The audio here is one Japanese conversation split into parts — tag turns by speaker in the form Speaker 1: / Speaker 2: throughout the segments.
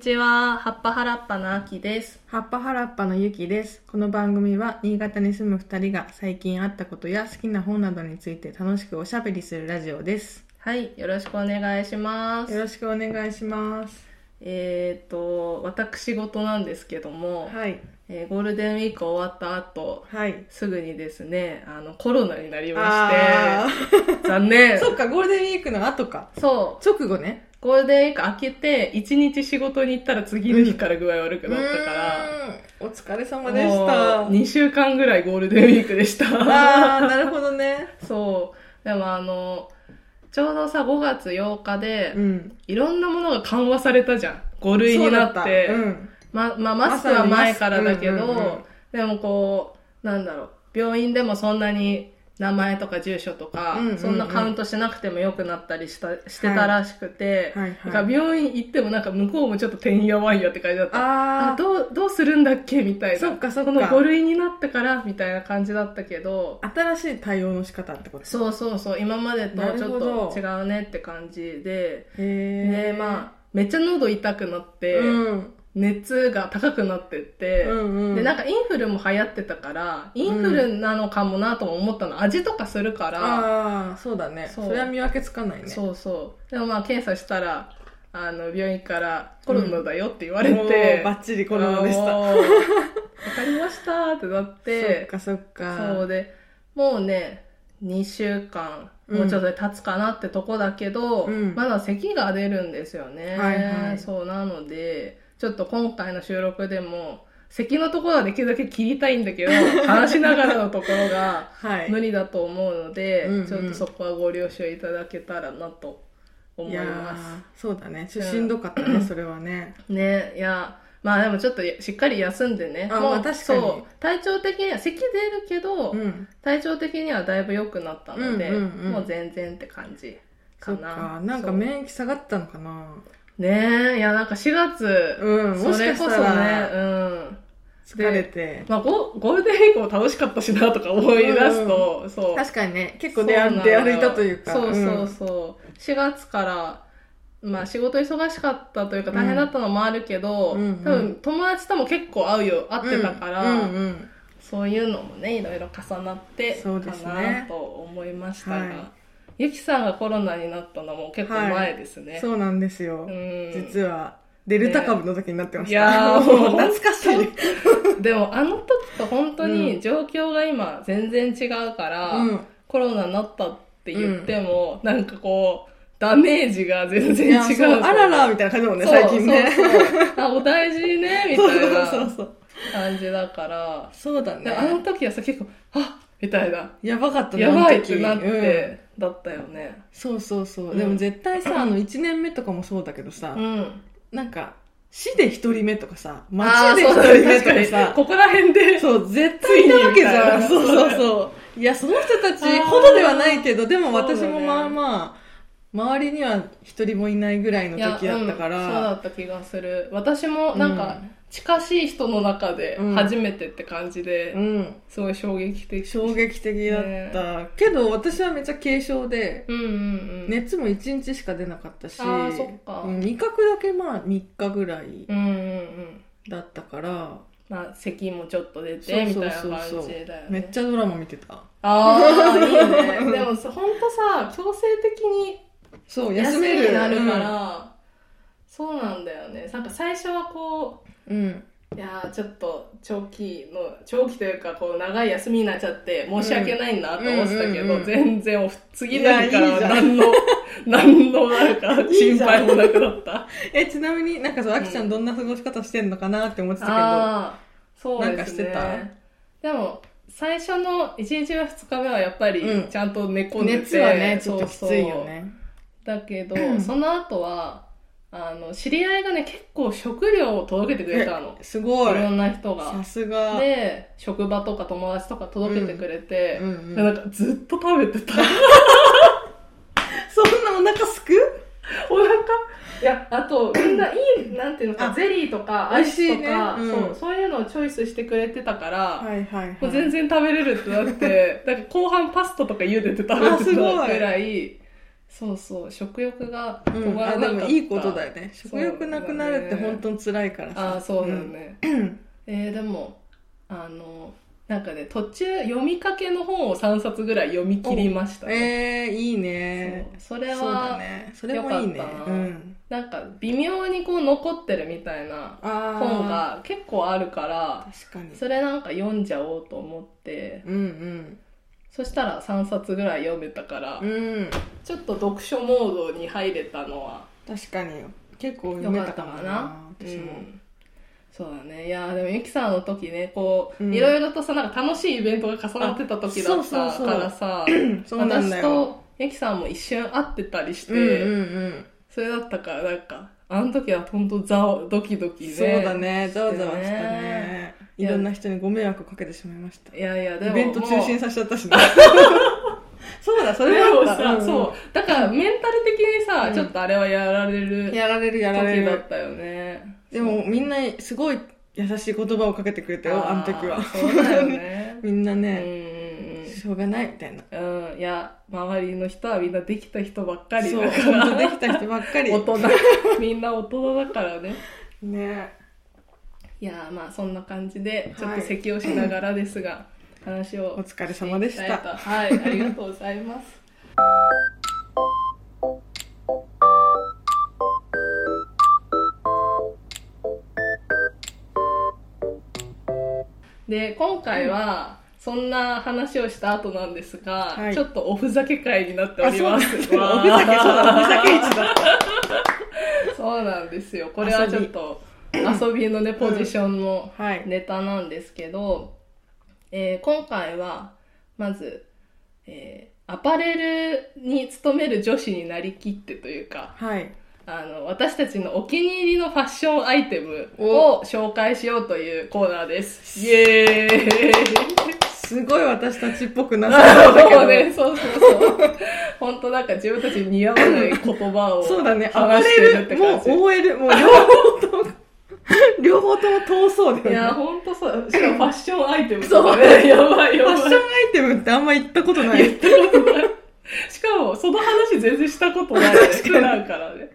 Speaker 1: ちは、はっぱはらっぱのあきです。
Speaker 2: 葉っぱはらっぱのゆきです。この番組は新潟に住む二人が最近あったことや好きな本などについて楽しくおしゃべりするラジオです。
Speaker 1: はい、よろしくお願いします。
Speaker 2: よろしくお願いします。
Speaker 1: えーっと、私事なんですけども、
Speaker 2: はい。
Speaker 1: えーゴールデンウィーク終わった後、
Speaker 2: はい。
Speaker 1: すぐにですね、あの、コロナになり
Speaker 2: あ
Speaker 1: まして、残念。
Speaker 2: ー そっか、ゴールデンウィークの後か。
Speaker 1: そ
Speaker 2: 直後ね。
Speaker 1: う、ゴールデンウィーク明けて、一日仕事に行ったら次の日から具合悪くなったから、
Speaker 2: うーん。お疲れ様
Speaker 1: もう
Speaker 2: でした。
Speaker 1: 2週間ぐらいゴールデンウィークでした。
Speaker 2: あー、なるほどね。
Speaker 1: そう。でもあの、ちょうどさ、5月8日で、
Speaker 2: うん。
Speaker 1: いろんなものが緩和されたじゃん。5類になっ
Speaker 2: そうだ
Speaker 1: て。
Speaker 2: たうん。
Speaker 1: ま、まあ、マスクは前からだけど、
Speaker 2: まさにマスクうんうんうん
Speaker 1: でもこう、なんだろう、病院でもそんなに名前とか住所とか、
Speaker 2: うんうんうん
Speaker 1: そんなカウントしなくても良くなったりしたしてたらしくて、
Speaker 2: はい
Speaker 1: だから
Speaker 2: はい。
Speaker 1: 病院行ってもなんか向こうもちょっとてんやわんやって感じだった。あ
Speaker 2: あー、
Speaker 1: どう、どうするんだっけみたいな。
Speaker 2: そっかそっ
Speaker 1: この
Speaker 2: か
Speaker 1: 5。類になったから、みたいな感じだったけど、
Speaker 2: 新しい対応の仕方ってこと
Speaker 1: そうそうそう今までとちょっ
Speaker 2: なるほ
Speaker 1: と違
Speaker 2: ど
Speaker 1: うねって感じで
Speaker 2: へ
Speaker 1: で
Speaker 2: ー
Speaker 1: まあめっちゃ喉痛くなって、
Speaker 2: うん。
Speaker 1: 熱が高くなってって、
Speaker 2: うんうん。
Speaker 1: でなんかインフルも流行ってたからインフルなのかもなとも思ったの味とかするから、
Speaker 2: ああそうだね
Speaker 1: そう
Speaker 2: それは見分けつかないね
Speaker 1: そうそうでもまあ検査したらあの病院から「コロナだよ」って言われて、
Speaker 2: バッチリコロナでした
Speaker 1: あ
Speaker 2: そ
Speaker 1: もうわかりましたってなっ
Speaker 2: ってかそっか
Speaker 1: そうでもうね2週間
Speaker 2: うん
Speaker 1: もうちょっとで経つかなってとこだけど、
Speaker 2: うん
Speaker 1: まだ咳が出るんですよね、
Speaker 2: はいはい
Speaker 1: そうなのでちょっと今回の収録でも咳のところはできるだけ切りたいんだ けど話しながらのところが
Speaker 2: はい
Speaker 1: 無理だと思うので、
Speaker 2: うんうん
Speaker 1: ちょっとそこはご了承いただけたらなと思
Speaker 2: い
Speaker 1: い
Speaker 2: や
Speaker 1: ます
Speaker 2: ーそうだねちょっとしんどかったねそれはね
Speaker 1: ねいやまあでもちょっとしっかり休んでね
Speaker 2: あ
Speaker 1: もう、
Speaker 2: まあ確かに
Speaker 1: そう体調的には咳出るけど、
Speaker 2: うん
Speaker 1: 体調的にはだいぶ良くなったので、
Speaker 2: うんうんうん
Speaker 1: もう全然って感じか
Speaker 2: そ
Speaker 1: な
Speaker 2: っかなんか
Speaker 1: そう
Speaker 2: 免疫下がったのかな
Speaker 1: ねえいやなんか4月、
Speaker 2: うん
Speaker 1: そ
Speaker 2: もし
Speaker 1: れ
Speaker 2: かし
Speaker 1: こ
Speaker 2: た
Speaker 1: そね
Speaker 2: ら
Speaker 1: うん
Speaker 2: 疲れて
Speaker 1: まあゴゴールデンウィークも楽しかったしなとか思い出すと、そう
Speaker 2: 確かにね結
Speaker 1: そう
Speaker 2: 構出
Speaker 1: なの
Speaker 2: 歩出歩いたというか
Speaker 1: そうそううんそう、4月からまあ仕事忙しかったというか大変だったのもあるけど、
Speaker 2: うんうんうん
Speaker 1: 多分友達とも結構会うよ会ってたから、
Speaker 2: うんうんうん
Speaker 1: そういうのもねいろいろ重なってか
Speaker 2: そうです
Speaker 1: な
Speaker 2: ね
Speaker 1: と思いましたが、
Speaker 2: はい
Speaker 1: ゆきさんがコロナになったのも結構前ですね、
Speaker 2: そうなんですよ
Speaker 1: うん
Speaker 2: 実はデルタ株の時になってました
Speaker 1: いやー
Speaker 2: もう 懐かしいね
Speaker 1: でもあの時と本当
Speaker 2: う
Speaker 1: に
Speaker 2: ん
Speaker 1: 状況が今全然違うから、
Speaker 2: うん
Speaker 1: コロナになったって言っても、なんかこうダメージが全
Speaker 2: い
Speaker 1: 然違
Speaker 2: や
Speaker 1: う
Speaker 2: そうあららみたいな感じだもんね
Speaker 1: そう
Speaker 2: 最近ね
Speaker 1: そうそうあお大事にねみたいな
Speaker 2: そうそうそう
Speaker 1: 感じだから
Speaker 2: そうだ
Speaker 1: であの時はさ結構あみたいな
Speaker 2: やばかったね
Speaker 1: やばい
Speaker 2: あ
Speaker 1: っ
Speaker 2: の時
Speaker 1: てなって、
Speaker 2: うん
Speaker 1: だったよね
Speaker 2: そうそうそう、
Speaker 1: うん
Speaker 2: でも絶対さあの1年目とかもそうだけどさ、
Speaker 1: うん
Speaker 2: なんか市で1人目とかさ
Speaker 1: あ
Speaker 2: 町
Speaker 1: ー
Speaker 2: で
Speaker 1: そ
Speaker 2: 1
Speaker 1: うだ
Speaker 2: 人
Speaker 1: ね
Speaker 2: 目
Speaker 1: 確かに
Speaker 2: とかさ
Speaker 1: ここら辺で
Speaker 2: そう絶対いたわけじゃん
Speaker 1: ついに
Speaker 2: そう
Speaker 1: みたいな
Speaker 2: そうそういやその人たちほどではないけどでも私
Speaker 1: そうだ
Speaker 2: も
Speaker 1: ね
Speaker 2: まあまあ周りには1人もいないぐらいの
Speaker 1: いや
Speaker 2: 時だったか
Speaker 1: うんそうだ
Speaker 2: ら、
Speaker 1: った気がする私もなんか
Speaker 2: うん
Speaker 1: 近しい人の中で
Speaker 2: うん
Speaker 1: 初めてって感じで、
Speaker 2: うん
Speaker 1: すごい衝撃的
Speaker 2: 衝撃的だった、けど私はめっちゃ軽症で
Speaker 1: うんうんうん
Speaker 2: 熱も1日しか出なかったし
Speaker 1: あーそっか
Speaker 2: うん味覚だけまあ3日ぐらい
Speaker 1: うんうんうん
Speaker 2: だったから、
Speaker 1: まあ咳もちょっと出
Speaker 2: そう
Speaker 1: てみた
Speaker 2: そ
Speaker 1: いうな
Speaker 2: そう
Speaker 1: 感
Speaker 2: そう
Speaker 1: じだよね
Speaker 2: めっちゃドラマ見てた
Speaker 1: ああい いねでもさほんとさ強制的に
Speaker 2: そう
Speaker 1: 休
Speaker 2: 休め
Speaker 1: め
Speaker 2: る
Speaker 1: るなるから、そうなんだよねなんか最初はこう
Speaker 2: うん、
Speaker 1: いやーちょっと長期の長期というかこう長い休みになっちゃって申し訳ないなと思ってたけど、
Speaker 2: うんうんうんうん
Speaker 1: 全然お次の日か
Speaker 2: いやいい
Speaker 1: ら
Speaker 2: じゃん
Speaker 1: 何の 何のなんか
Speaker 2: いじゃ
Speaker 1: 心配
Speaker 2: ん
Speaker 1: もなくなった
Speaker 2: えちなみになんかそうあきちゃ
Speaker 1: うん
Speaker 2: んどんな過ごし方してんのかなって思ってたけど、
Speaker 1: あーそう
Speaker 2: なん
Speaker 1: で
Speaker 2: か
Speaker 1: す
Speaker 2: し
Speaker 1: ね
Speaker 2: てた
Speaker 1: でも最初の1日目2日目はやっぱり
Speaker 2: うん
Speaker 1: ちゃんと寝込んでて、
Speaker 2: 熱はねちょっときついよね
Speaker 1: そうそうだけど、その後はあの知り合いがね結構食料を届けてくれたの
Speaker 2: すご
Speaker 1: い
Speaker 2: い
Speaker 1: ろんな人が
Speaker 2: さすが
Speaker 1: で職場とか友達とか届けてくれて、
Speaker 2: うんうん
Speaker 1: でなんかずっと食べて た
Speaker 2: そんなお腹すく
Speaker 1: お腹いやあとみんないいなんていうのか
Speaker 2: あ
Speaker 1: ゼリーとかアイスとか、
Speaker 2: 美味しいねうん
Speaker 1: そうそういうのをチョイスしてくれてたから、
Speaker 2: はいはい、はい、
Speaker 1: もう全 然食べれるってなってなんか後半パスタとか茹でて食べてた
Speaker 2: あす
Speaker 1: ぐ
Speaker 2: ごい
Speaker 1: らいそうそう食欲が
Speaker 2: う
Speaker 1: 止
Speaker 2: ん、
Speaker 1: ま
Speaker 2: あ
Speaker 1: らな
Speaker 2: で
Speaker 1: かった、
Speaker 2: もいいことだよね
Speaker 1: そう
Speaker 2: 食欲なくなるって本当に辛いからさ
Speaker 1: ああそうだね、
Speaker 2: うん
Speaker 1: えーでもあのなんかね途中読みかけの本を3冊ぐらい読み切りましたね、
Speaker 2: えー、いいね
Speaker 1: そうそれ
Speaker 2: そうだ
Speaker 1: は
Speaker 2: ねそれもいいね
Speaker 1: よかったな
Speaker 2: うん
Speaker 1: なんか微妙にこう残ってるみたいな
Speaker 2: あー
Speaker 1: 本が結構あるから
Speaker 2: 確かに
Speaker 1: それなんか読んじゃおうと思って
Speaker 2: うん
Speaker 1: そしたら3冊ぐらい読めたから、
Speaker 2: うんうん
Speaker 1: ちょっと読書モードに入れたのは
Speaker 2: 確かに結構
Speaker 1: 良
Speaker 2: 読め
Speaker 1: かったた
Speaker 2: か
Speaker 1: か
Speaker 2: も
Speaker 1: な
Speaker 2: な私
Speaker 1: う
Speaker 2: も、
Speaker 1: んそうだねいやーでもゆきさんの時ねこう
Speaker 2: うん
Speaker 1: いろいろとさなんか楽しいイベントが重なってた時だっ
Speaker 2: あそう
Speaker 1: た
Speaker 2: そうそう
Speaker 1: からさ
Speaker 2: そうなんだ
Speaker 1: 私
Speaker 2: よ
Speaker 1: とゆきさんも一瞬会ってたりして、
Speaker 2: うんうん
Speaker 1: それだったからなんかあの時は本当ざわドキドキ
Speaker 2: う
Speaker 1: ね
Speaker 2: ん、そうだねざわざわした
Speaker 1: して
Speaker 2: ねいろんな人にご迷惑をかけてしまいました
Speaker 1: いやいやで
Speaker 2: イ
Speaker 1: も
Speaker 2: ベント中止
Speaker 1: も
Speaker 2: に
Speaker 1: う
Speaker 2: させちゃったしね そうだそれ
Speaker 1: で
Speaker 2: は
Speaker 1: も
Speaker 2: あった
Speaker 1: さ、
Speaker 2: ん
Speaker 1: そうだからメンタル的にさ、
Speaker 2: うん
Speaker 1: ちょっとあれはやられる
Speaker 2: やられるやられ
Speaker 1: 時だっ
Speaker 2: る
Speaker 1: たよね
Speaker 2: でもみんなすごい優しい言葉をかけてくれたよあの時は
Speaker 1: ーそうだよ ね
Speaker 2: みんな
Speaker 1: うんう
Speaker 2: ね、
Speaker 1: ん
Speaker 2: しょうがないみたいな
Speaker 1: うんうんいや周りの人はみんなできた人ばっかり
Speaker 2: そう
Speaker 1: だから
Speaker 2: 本当できた人ばっかり
Speaker 1: 大人 みんな大人だからね
Speaker 2: ね
Speaker 1: いやーまあそんな感じでちょっ
Speaker 2: は
Speaker 1: と
Speaker 2: い
Speaker 1: 咳をしながらですが、話を
Speaker 2: お疲れ様でした
Speaker 1: していきいとはいありがとうございますで今回は、そんな話をした後なんですが、
Speaker 2: はい
Speaker 1: ちょっとおふざけ会になってお
Speaker 2: あ
Speaker 1: り
Speaker 2: そうだ
Speaker 1: ま
Speaker 2: お
Speaker 1: す。
Speaker 2: ふざけそうだおふざけ市だっ た
Speaker 1: そうなんですよ。これはちょっと遊びのね、ポジションの
Speaker 2: はい
Speaker 1: ネタなんですけど、えー今回は、まず、えーアパレルに勤める女子になりきってというか、
Speaker 2: はい
Speaker 1: あの、私たちのお気に入りのファッションアイテムを紹介しようというコーナーです。イエーイ
Speaker 2: すごい私たちっぽ くなさそうだけど
Speaker 1: そうね、そうそうそう。本当なんか自分たちに似合わない言葉を
Speaker 2: そうだね、アパ
Speaker 1: 話してる
Speaker 2: レ
Speaker 1: って
Speaker 2: ル、
Speaker 1: 感じ。
Speaker 2: もう OL、もう両方とも、両方とも遠そう
Speaker 1: い
Speaker 2: だ
Speaker 1: や、
Speaker 2: よね。
Speaker 1: ほんとさ、しかもファッションアイテムとかね、やばい
Speaker 2: フ
Speaker 1: やばい
Speaker 2: ァッショ。ンアイテムってあんま言ったことない。
Speaker 1: しかも、その話全然したことない、ね。普段からね。
Speaker 2: い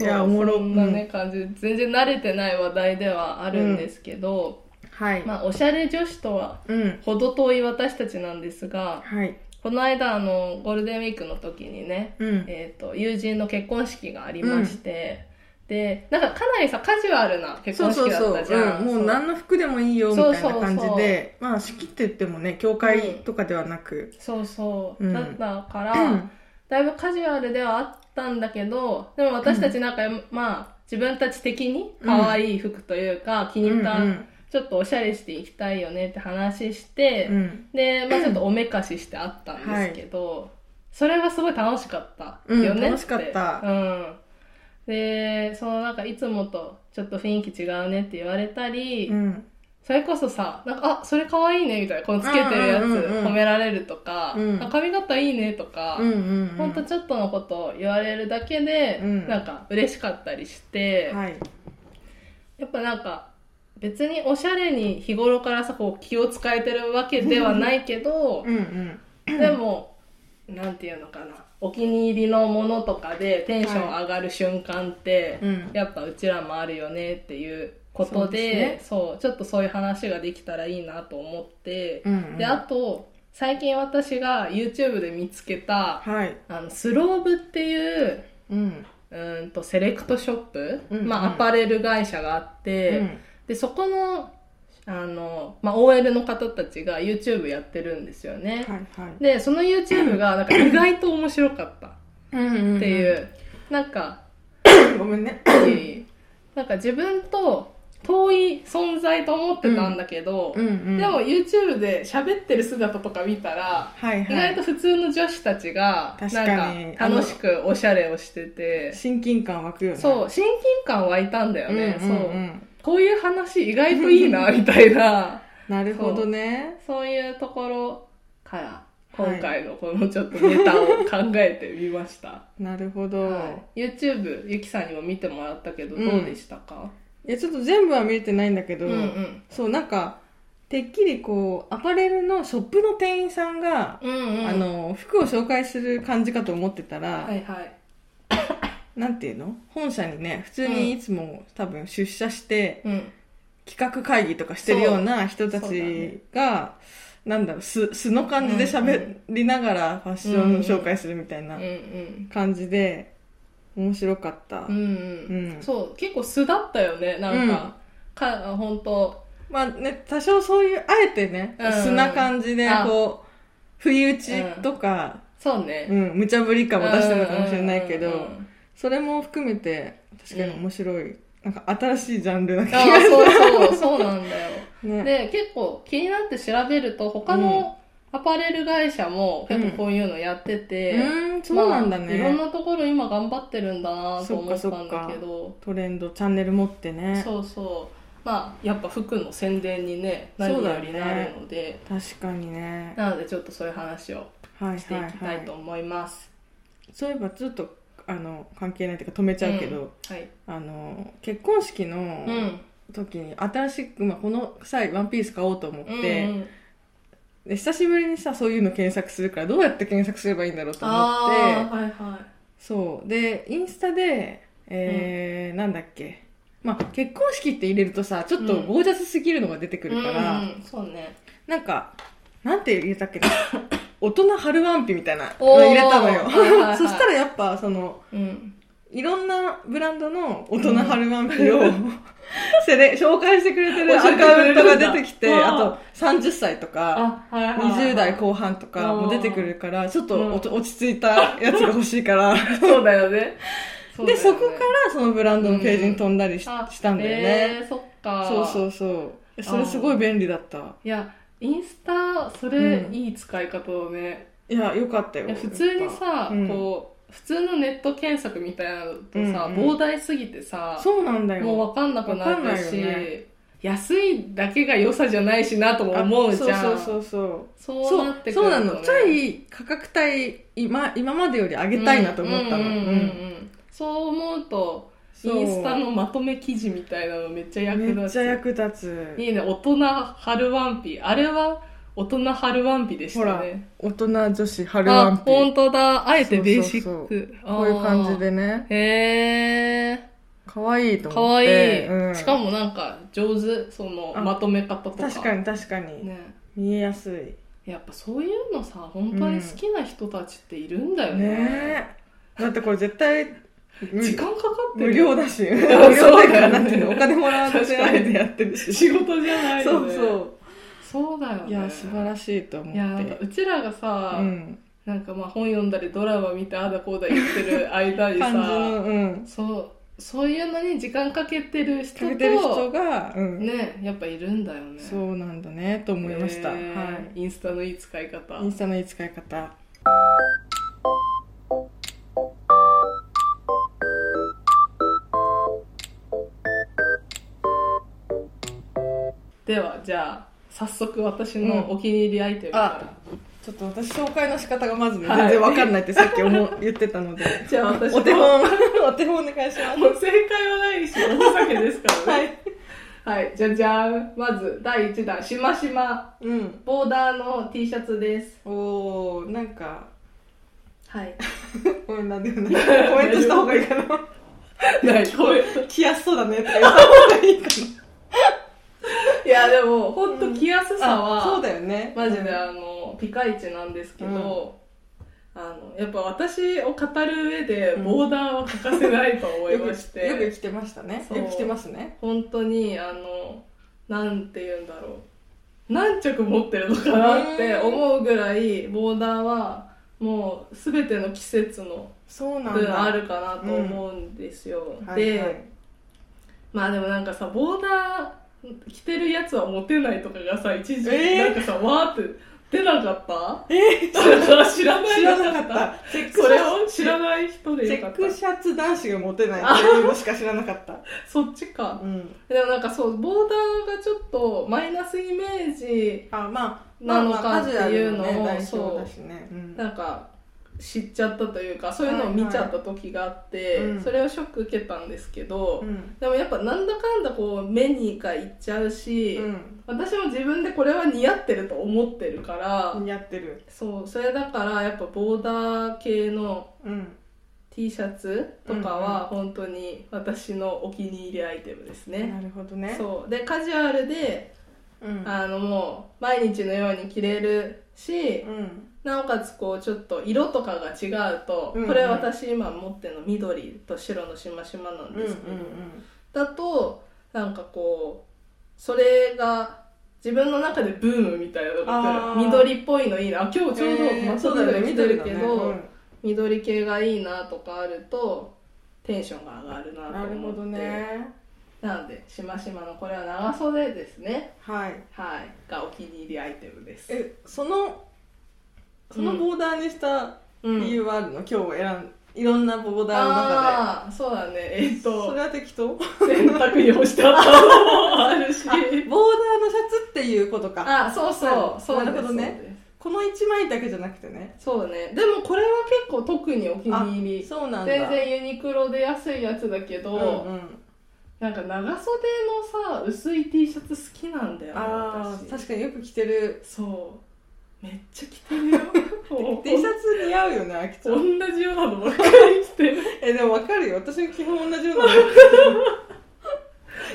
Speaker 1: そう
Speaker 2: やおもろ
Speaker 1: そんなね、感じ。全然慣れてない話題ではあるんですけど、
Speaker 2: はい。
Speaker 1: まあ、おしゃれ女子とは、
Speaker 2: うん。
Speaker 1: ほど遠い私たちなんですが、
Speaker 2: はい。
Speaker 1: この間、あの、ゴールデンウィークの時にね、
Speaker 2: うん。
Speaker 1: えっ、と、友人の結婚式がありまして、で、なんかかなりさ、カジュアルな結
Speaker 2: そう
Speaker 1: 婚
Speaker 2: そ
Speaker 1: 式
Speaker 2: う
Speaker 1: だ
Speaker 2: そ
Speaker 1: った
Speaker 2: う。
Speaker 1: じゃ。
Speaker 2: うんん。もう何の服でもいいよ、みたいな感じ
Speaker 1: そうそうそ
Speaker 2: で。まあ、式って言ってもね、教会とかではなく。
Speaker 1: そうそう、
Speaker 2: うん
Speaker 1: だったから、
Speaker 2: うん
Speaker 1: だいぶカジュアルではあったんだけどでも私たちなんか、まあ自分たち的に可愛い服というか、気に入った、
Speaker 2: うん
Speaker 1: ちょっとおしゃれしていきたいよねって話して、
Speaker 2: うん。
Speaker 1: で、まあ、ちょっとおめかししてあったんですけど、それはすごい楽しかったよね
Speaker 2: うん
Speaker 1: て
Speaker 2: 楽しかった
Speaker 1: うんでそのなんかいつもとちょっと雰囲気違うねって言われたり、
Speaker 2: うん。
Speaker 1: それこそさ、なんか、あ、それ可愛いね、みたいな、このつけてるやつ
Speaker 2: うんうんうんうん
Speaker 1: 褒められるとか、
Speaker 2: うん
Speaker 1: あ髪型いいねとか、
Speaker 2: うんうん。
Speaker 1: ほんとちょっとのことを言われるだけで、
Speaker 2: うん
Speaker 1: なんか嬉しかったりして、
Speaker 2: はい。
Speaker 1: やっぱなんか、別におしゃれに日頃からさ、こう気を使えてるわけではないけど
Speaker 2: う、んうん。
Speaker 1: でも、なんていうのかな、お気に入りのものとかでテンション上がる瞬間って、
Speaker 2: うん。
Speaker 1: やっぱうちらもあるよねっていうこと
Speaker 2: そうで
Speaker 1: でそうちょっとそういう話ができたらいいなと思って、
Speaker 2: うんうん
Speaker 1: であと最近私が YouTube で見つけた
Speaker 2: はい。
Speaker 1: あのスローブっていう
Speaker 2: うん。
Speaker 1: うーんとセレクトショップ、
Speaker 2: うんうん
Speaker 1: まあ、アパレル会社があって、
Speaker 2: うん
Speaker 1: でそこのあの、まあ、OL の方たちが YouTube やってるんですよね、
Speaker 2: はいはい。
Speaker 1: でその YouTube がなんか意外と面白かったっ
Speaker 2: うんうんうん
Speaker 1: ていう、。なんか
Speaker 2: ごめんね。
Speaker 1: なんか自分と遠い存在と思ってたんだけど、
Speaker 2: うんうん。
Speaker 1: でも YouTube で喋ってる姿とか見たら、
Speaker 2: はいはい、
Speaker 1: 意外と普通の女子たちが
Speaker 2: 確
Speaker 1: な
Speaker 2: かに
Speaker 1: んか楽しくおしゃれをしてて
Speaker 2: 親近感湧くよね
Speaker 1: そう親近感湧いたんだよね、
Speaker 2: うんうんうん
Speaker 1: そうこういう話意外といいなみたい な
Speaker 2: なるほどね
Speaker 1: そういうところから
Speaker 2: はい
Speaker 1: 今回のこのちょっとネタを考えてみました、
Speaker 2: なるほど、
Speaker 1: はい、YouTube ゆきさんにも見てもらったけどどうでしたか、
Speaker 2: い、やちょっと全部は見れてないんだけ
Speaker 1: う
Speaker 2: ど、
Speaker 1: んうん
Speaker 2: そうなんかてっきりこうアパレルのショップの店員さんが、
Speaker 1: うんうん
Speaker 2: あの服を紹介する感じかと思ってたら、
Speaker 1: はいはい
Speaker 2: なんていうの本社にね普通にいつも、多分出社して
Speaker 1: うん
Speaker 2: 企画会議とかしてるような人たちが、なんだろう素素の感じで喋りながらファッション紹介するみたい
Speaker 1: うん
Speaker 2: な
Speaker 1: うん
Speaker 2: 感じで面白かった、
Speaker 1: うんうん
Speaker 2: うん
Speaker 1: そう結構素だったよねなん
Speaker 2: うん
Speaker 1: か、か本当
Speaker 2: まあね多少そういうあえてね、
Speaker 1: うん
Speaker 2: 素な感じで
Speaker 1: あ
Speaker 2: こう不意打ちとか、
Speaker 1: そうね、
Speaker 2: うん無茶ぶり感を出してるのかもしれないけど、
Speaker 1: うんうんうん
Speaker 2: それも含めて確かに面白い、なんか新しいジャンルな気
Speaker 1: あ
Speaker 2: がす
Speaker 1: そうそうそうなんだよ
Speaker 2: るね
Speaker 1: で結構気になって調べると他のアパレル会社も結構こういうのやってて、
Speaker 2: うーんそうなんだね、
Speaker 1: まあいろんなところ今頑張ってるんだなと思ったんだけど
Speaker 2: トレンドチャンネル持ってね
Speaker 1: そうそうまあやっぱ服の宣伝にね何よりなるので、
Speaker 2: 確かにね
Speaker 1: なのでちょっとそういう話を
Speaker 2: はい
Speaker 1: してい
Speaker 2: は
Speaker 1: きた
Speaker 2: い
Speaker 1: いと
Speaker 2: は
Speaker 1: 思います、
Speaker 2: いそういえばちょっとあの関係ないというか止めちゃうけど、
Speaker 1: はい、
Speaker 2: あの結婚式の
Speaker 1: うん
Speaker 2: 時に新しく、まあ、この際ワンピース買おうと思って、
Speaker 1: うんうん
Speaker 2: で久しぶりにさそういうの検索するからどうやって検索すればいいんだろうと思
Speaker 1: あ
Speaker 2: っ
Speaker 1: ー
Speaker 2: て
Speaker 1: はいはい
Speaker 2: そうでインスタで、えーなんだっけ、まあ、結婚式って入れるとさちょっとゴージャスすぎるのが出てくるから、
Speaker 1: うんうんそうね
Speaker 2: なんか、なんて入れたっけ な大人春ワンピみたいなの
Speaker 1: おー
Speaker 2: 入れたの
Speaker 1: は
Speaker 2: よ
Speaker 1: いはいは。い
Speaker 2: そしたらやっぱ、その、
Speaker 1: うん
Speaker 2: いろんなブランドの大人春ワン ピを、せれ紹介してくれてるアカウントが出てき
Speaker 1: 教えてく
Speaker 2: て、
Speaker 1: れるんだ
Speaker 2: あと30歳とか、
Speaker 1: はいは
Speaker 2: 20代後半とかも出てくるから、ちょっとおと落ち着いたやつが欲しいから。
Speaker 1: そうだよね
Speaker 2: で、そこかららそのブランドのページに飛んだりし
Speaker 1: あ
Speaker 2: したんだよね。
Speaker 1: えー、そっか
Speaker 2: そうそうそう。それすごい便利だった。
Speaker 1: いやインスタそれいい使い方をね、
Speaker 2: いや、よかったよ
Speaker 1: いや。普通にさ、
Speaker 2: うん
Speaker 1: こう普通のネット検索みたいなのとさ、
Speaker 2: うんうん
Speaker 1: 膨大すぎてさ
Speaker 2: そうなんだよ。
Speaker 1: もう分かんなくなった
Speaker 2: わかん
Speaker 1: し、
Speaker 2: ないよね
Speaker 1: 安いだけが良さじゃないしなとも思うじゃん
Speaker 2: あそうそうそうそう。
Speaker 1: そうなってく
Speaker 2: そ
Speaker 1: る
Speaker 2: う
Speaker 1: とね、
Speaker 2: なの。ちょい価格帯、今、今までより上げたいなと思ったの。
Speaker 1: うんうんうんうん
Speaker 2: うん
Speaker 1: そう思うと
Speaker 2: そう
Speaker 1: インスタのまとめ記事みたいなのめっちゃ役立つ
Speaker 2: めっちゃ役立つ。
Speaker 1: いいね大人春ワンピあれは大人春ワンピでし
Speaker 2: ほ
Speaker 1: た
Speaker 2: ら
Speaker 1: ね、
Speaker 2: 大人女子春ワン
Speaker 1: あ
Speaker 2: ピ。
Speaker 1: 本当だあえてベーシック
Speaker 2: そうそう
Speaker 1: あー
Speaker 2: こういう感じでね。
Speaker 1: へえ
Speaker 2: 可愛いと
Speaker 1: か
Speaker 2: 思っ
Speaker 1: わい
Speaker 2: て。
Speaker 1: い、
Speaker 2: うん
Speaker 1: しかもなんか上手その
Speaker 2: あ
Speaker 1: まとめ方とか
Speaker 2: 確かに確かに。
Speaker 1: ね
Speaker 2: 見えやすい。
Speaker 1: やっぱそういうのさ本当に好きな人たちっているんだよね,、
Speaker 2: ねえ。だってこれ絶対、無
Speaker 1: 時間かかって
Speaker 2: 無
Speaker 1: る
Speaker 2: 料だし。無料
Speaker 1: だよね
Speaker 2: だからなんていうのお金もらわなくてないでやってるし。
Speaker 1: 仕事じゃない
Speaker 2: そ
Speaker 1: よ
Speaker 2: う
Speaker 1: ね
Speaker 2: そ
Speaker 1: そうだよ
Speaker 2: う。
Speaker 1: ね
Speaker 2: いや、素晴らしいと思
Speaker 1: いやな
Speaker 2: っ
Speaker 1: んか
Speaker 2: て。
Speaker 1: うちらがさ、
Speaker 2: うん。
Speaker 1: なんかまあ本読んだりドラマ見てああだこうだ言ってる間に
Speaker 2: 感じ
Speaker 1: さ
Speaker 2: の、うん。
Speaker 1: そうそういうのに時間かけてる人
Speaker 2: かけ
Speaker 1: と
Speaker 2: てる人が、うん
Speaker 1: ねやっぱいるんだよね
Speaker 2: そうなんだねと思いました、
Speaker 1: へーインスタのいい使い方
Speaker 2: はい、インスタのいい使い方
Speaker 1: ではじゃあ早速私のお気に入りアイテムから、
Speaker 2: ちょっと私紹介の仕方がまずね、
Speaker 1: はい
Speaker 2: 全然わかんないってさっき思う言ってたので
Speaker 1: じゃあ私の
Speaker 2: お手本 お手本お願いしま
Speaker 1: もう正解はないしお酒ですか
Speaker 2: す
Speaker 1: ら
Speaker 2: は
Speaker 1: ね
Speaker 2: い
Speaker 1: はい、じゃじゃんまず第1弾しましま
Speaker 2: うん
Speaker 1: ボーダーの T シャツです
Speaker 2: おーなんか
Speaker 1: はい
Speaker 2: ごめんなんでもないコメントした方がいいか な
Speaker 1: ない これ
Speaker 2: 着やすそうだねとか言った方がいいか
Speaker 1: いやでも本当着やす
Speaker 2: な
Speaker 1: さは、
Speaker 2: そうだよね
Speaker 1: マジであのピカイチなんですけど、あのやっぱ私を語る上で
Speaker 2: うん
Speaker 1: ボーダーは欠かせないと思い
Speaker 2: よ
Speaker 1: ま
Speaker 2: く
Speaker 1: して、
Speaker 2: よく着てましたね
Speaker 1: そう
Speaker 2: よく着てますね
Speaker 1: 本当にあのなんて言うんだろう何着持ってるのかなって思うぐらいボーダーはもう全ての季節の
Speaker 2: そうなん
Speaker 1: 分
Speaker 2: だ
Speaker 1: あるかなと思うんですよ、
Speaker 2: はい
Speaker 1: で、
Speaker 2: はい
Speaker 1: まあでもなんかさボーダー着てるやつはモテないとかがさ一時、
Speaker 2: えー
Speaker 1: なんかさわーって出なかった
Speaker 2: え
Speaker 1: それから 知らない
Speaker 2: 知らなかったチェック
Speaker 1: そ
Speaker 2: シ
Speaker 1: れ
Speaker 2: ャ
Speaker 1: を
Speaker 2: ツ
Speaker 1: 知らない人
Speaker 2: チ
Speaker 1: でよか
Speaker 2: ェッ
Speaker 1: っ
Speaker 2: ク
Speaker 1: た
Speaker 2: シャツ男子がモテないっていうのしか知らな かった、
Speaker 1: そっちか
Speaker 2: うん、
Speaker 1: でもなんかそうボーダーがちょっとマイナスイメージ
Speaker 2: あまあ
Speaker 1: なのかっていうのを
Speaker 2: まあまあカジュアルのね代表だしね、うん
Speaker 1: なんか知っちゃったというかそういうのを見ちゃった時があって、
Speaker 2: はいはいうん
Speaker 1: それをショック受けたんですけど、
Speaker 2: うん
Speaker 1: でもやっぱなんだかんだこう目にがいっちゃうし、
Speaker 2: うん
Speaker 1: 私も自分でこれは似合ってると思ってるから、
Speaker 2: やってる
Speaker 1: そうそれだからやっぱボーダー系の
Speaker 2: うん
Speaker 1: T シャツとかは本当に私のお気に入りアイテムですね、
Speaker 2: なるほどね
Speaker 1: そうでカジュアルで、
Speaker 2: うん
Speaker 1: あのもう毎日のように着れるし、
Speaker 2: うん
Speaker 1: なおかつこうちょっと色とかが違うと、
Speaker 2: うんうん
Speaker 1: これ私今持ってるの緑と白のしましまなん
Speaker 2: うんうん
Speaker 1: ですけど、だとなんかこうそれが自分の中でブームみたいなのが
Speaker 2: あ
Speaker 1: 来
Speaker 2: ー
Speaker 1: る緑っぽいのいいな今日ちょうど
Speaker 2: えー
Speaker 1: 松
Speaker 2: そう
Speaker 1: 坂
Speaker 2: だ
Speaker 1: が
Speaker 2: ね
Speaker 1: 来てるけ
Speaker 2: 緑
Speaker 1: ど、
Speaker 2: だね
Speaker 1: 緑系がいいなとかあるとテンションが上がる
Speaker 2: う
Speaker 1: なんと
Speaker 2: なる
Speaker 1: 思
Speaker 2: ほ
Speaker 1: って
Speaker 2: どね
Speaker 1: なのでしましまのこれは長袖ですね
Speaker 2: はい
Speaker 1: はいがお気に入りアイテムです
Speaker 2: えそのそのボーダーにした
Speaker 1: うん
Speaker 2: 理由はあるの、今日選んいろんなボーダーの中
Speaker 1: ああーそう だねえっ
Speaker 2: でそ
Speaker 1: と
Speaker 2: れは適当ボーダ
Speaker 1: 洗濯に干してあったのもあ るし
Speaker 2: ーのシャツっていうことか
Speaker 1: あそうそうそう
Speaker 2: な
Speaker 1: です
Speaker 2: るほどねこの1枚だけじゃなくてね
Speaker 1: そうねでもこれは結構特にお気に入り
Speaker 2: そうなんだ
Speaker 1: 全然ユニクロで安いやつだけど、
Speaker 2: うんうん、
Speaker 1: なんか長袖のさ薄い T シャツ好きなんだよね
Speaker 2: ああ
Speaker 1: 私
Speaker 2: 確かによく着てる
Speaker 1: そうめっちゃ着てる よもう
Speaker 2: T シャツ似合うよねあきちゃん
Speaker 1: 同じようなのばっかり着てる
Speaker 2: えでも分かるよ私も基本同じようなの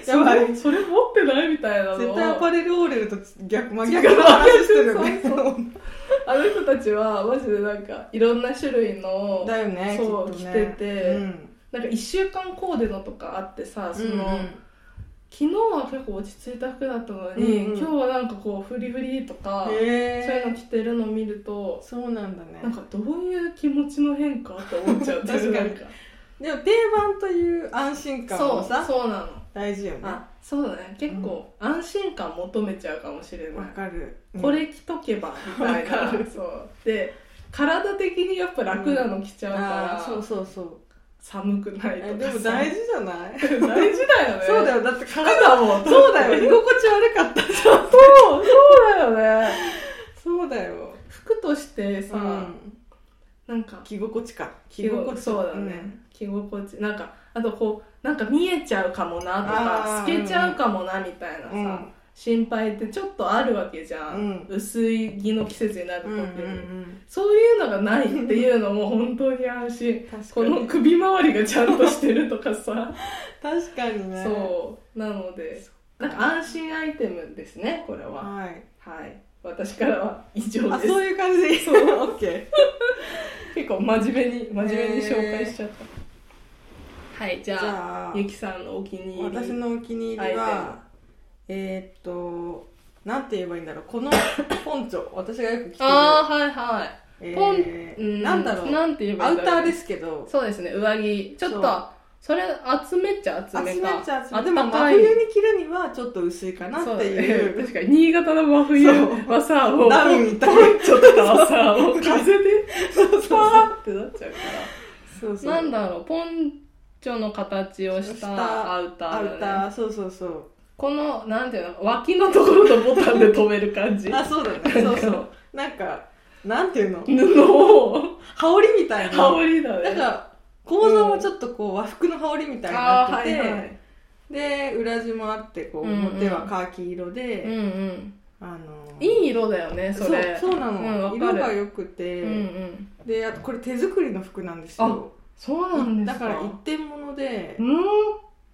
Speaker 2: やばい
Speaker 1: それそれ持ってないみたいなのを
Speaker 2: 絶対アパレルオーレルと逆真逆の話してるよね
Speaker 1: そうあの人たちはマジでなんかいろんな種類の
Speaker 2: だよね
Speaker 1: そう
Speaker 2: きっとね
Speaker 1: 着てて
Speaker 2: うん
Speaker 1: なんか1週間コーデのとかあってさその、
Speaker 2: うんうん
Speaker 1: 昨日は結構落ち着いた服だったのに、
Speaker 2: うんうん
Speaker 1: 今日はなんかこうフリフリとか、
Speaker 2: へ
Speaker 1: そういうの
Speaker 2: え
Speaker 1: 着てるの見ると
Speaker 2: そうなんだ
Speaker 1: なん
Speaker 2: ね
Speaker 1: かどういう気持ちの変化って思っちゃう
Speaker 2: 確かに
Speaker 1: なん
Speaker 2: でも定番という安心感
Speaker 1: そ
Speaker 2: も
Speaker 1: う
Speaker 2: さ
Speaker 1: そうなの
Speaker 2: 大事よねわ
Speaker 1: あそうだね結構安心感求めちゃうかもしれない、
Speaker 2: かる
Speaker 1: これ着とけばみたいな
Speaker 2: わかる
Speaker 1: そうで体的にやっぱ楽なの着ちゃうから、
Speaker 2: あーそうそうそう
Speaker 1: 寒くないと
Speaker 2: え
Speaker 1: か
Speaker 2: でも
Speaker 1: さ
Speaker 2: 大事じゃない
Speaker 1: 大事だよね
Speaker 2: そうだよだって体
Speaker 1: 肌も
Speaker 2: そうだよ居心地悪かったじゃん
Speaker 1: そうそうだよね
Speaker 2: そうだよ
Speaker 1: 服としてさ、
Speaker 2: うん
Speaker 1: なんか
Speaker 2: 着心地か
Speaker 1: 着心地そうだね、着心地なんかあとこうなんか見えちゃうかもなとか
Speaker 2: あー
Speaker 1: 透けちゃうかもなみたいなさ、
Speaker 2: うんうん
Speaker 1: 心配ってちょっとあるわけじゃん、
Speaker 2: うん
Speaker 1: 薄い着の季節になる
Speaker 2: う
Speaker 1: と
Speaker 2: ん
Speaker 1: き
Speaker 2: う
Speaker 1: に、
Speaker 2: ん
Speaker 1: そういうのがないっていうのも本当に安心
Speaker 2: 確か
Speaker 1: こ
Speaker 2: に
Speaker 1: の首周りがちゃんとしてるとかさ、
Speaker 2: 確かに ね
Speaker 1: そうなのでなんか安心アイテムですねこれは
Speaker 2: はい
Speaker 1: はい私からは以上
Speaker 2: あ
Speaker 1: です
Speaker 2: そういう感じでそう オッケー
Speaker 1: 結構真面目に真面目に紹介しちゃった、はいじゃあ
Speaker 2: じゃあ
Speaker 1: ゆきさんのお気に入り
Speaker 2: 私のお気に入りはえーっとなんて言えばいいんだろうこのポンチョ私がよく着てる
Speaker 1: ああはいはい、
Speaker 2: え
Speaker 1: ポン、
Speaker 2: ー
Speaker 1: うん
Speaker 2: なんだろう
Speaker 1: なんて言えば
Speaker 2: ア
Speaker 1: いい
Speaker 2: ウ
Speaker 1: んだ
Speaker 2: タ
Speaker 1: ろう
Speaker 2: ーですけど
Speaker 1: そうですね上着ちょっと
Speaker 2: そ
Speaker 1: それ厚めっちゃ厚
Speaker 2: 集
Speaker 1: め
Speaker 2: め
Speaker 1: か
Speaker 2: ちゃ集
Speaker 1: あ
Speaker 2: めでも真
Speaker 1: 高い
Speaker 2: 冬に着るにはちょっと薄いかな
Speaker 1: そう
Speaker 2: って
Speaker 1: だ
Speaker 2: い
Speaker 1: ね
Speaker 2: う
Speaker 1: 確かに新潟の真冬
Speaker 2: そう
Speaker 1: はさもう
Speaker 2: ダウンみたい
Speaker 1: ポンチョとかはさもう風で
Speaker 2: そう
Speaker 1: パーってなっちゃうか
Speaker 2: そうそう
Speaker 1: らなんだろうポンチョの形をし
Speaker 2: した
Speaker 1: たアウタ
Speaker 2: ア
Speaker 1: ーだね
Speaker 2: ウターそうそうそう
Speaker 1: このなんていうの脇のところとボタンで留める感じ
Speaker 2: あそうだねそう そうなんかなんていうの
Speaker 1: 布を
Speaker 2: 羽織みたいな
Speaker 1: 羽織だ
Speaker 2: なん
Speaker 1: ね
Speaker 2: か構造もちょっとこう和服の羽織みたいにな
Speaker 1: あー
Speaker 2: っ
Speaker 1: は
Speaker 2: てて、
Speaker 1: いはい
Speaker 2: で裏地もあってこ
Speaker 1: う
Speaker 2: う
Speaker 1: んうん
Speaker 2: 表はカーキ色で、
Speaker 1: うんうん
Speaker 2: あの
Speaker 1: いい色だよねそれ
Speaker 2: そうそうなの、
Speaker 1: うんわか
Speaker 2: 色
Speaker 1: る
Speaker 2: が良くて、
Speaker 1: うんうん
Speaker 2: であとこれ手作りの服なんですよ
Speaker 1: そうなんで
Speaker 2: だ
Speaker 1: す
Speaker 2: か
Speaker 1: から
Speaker 2: 一点物で、
Speaker 1: うん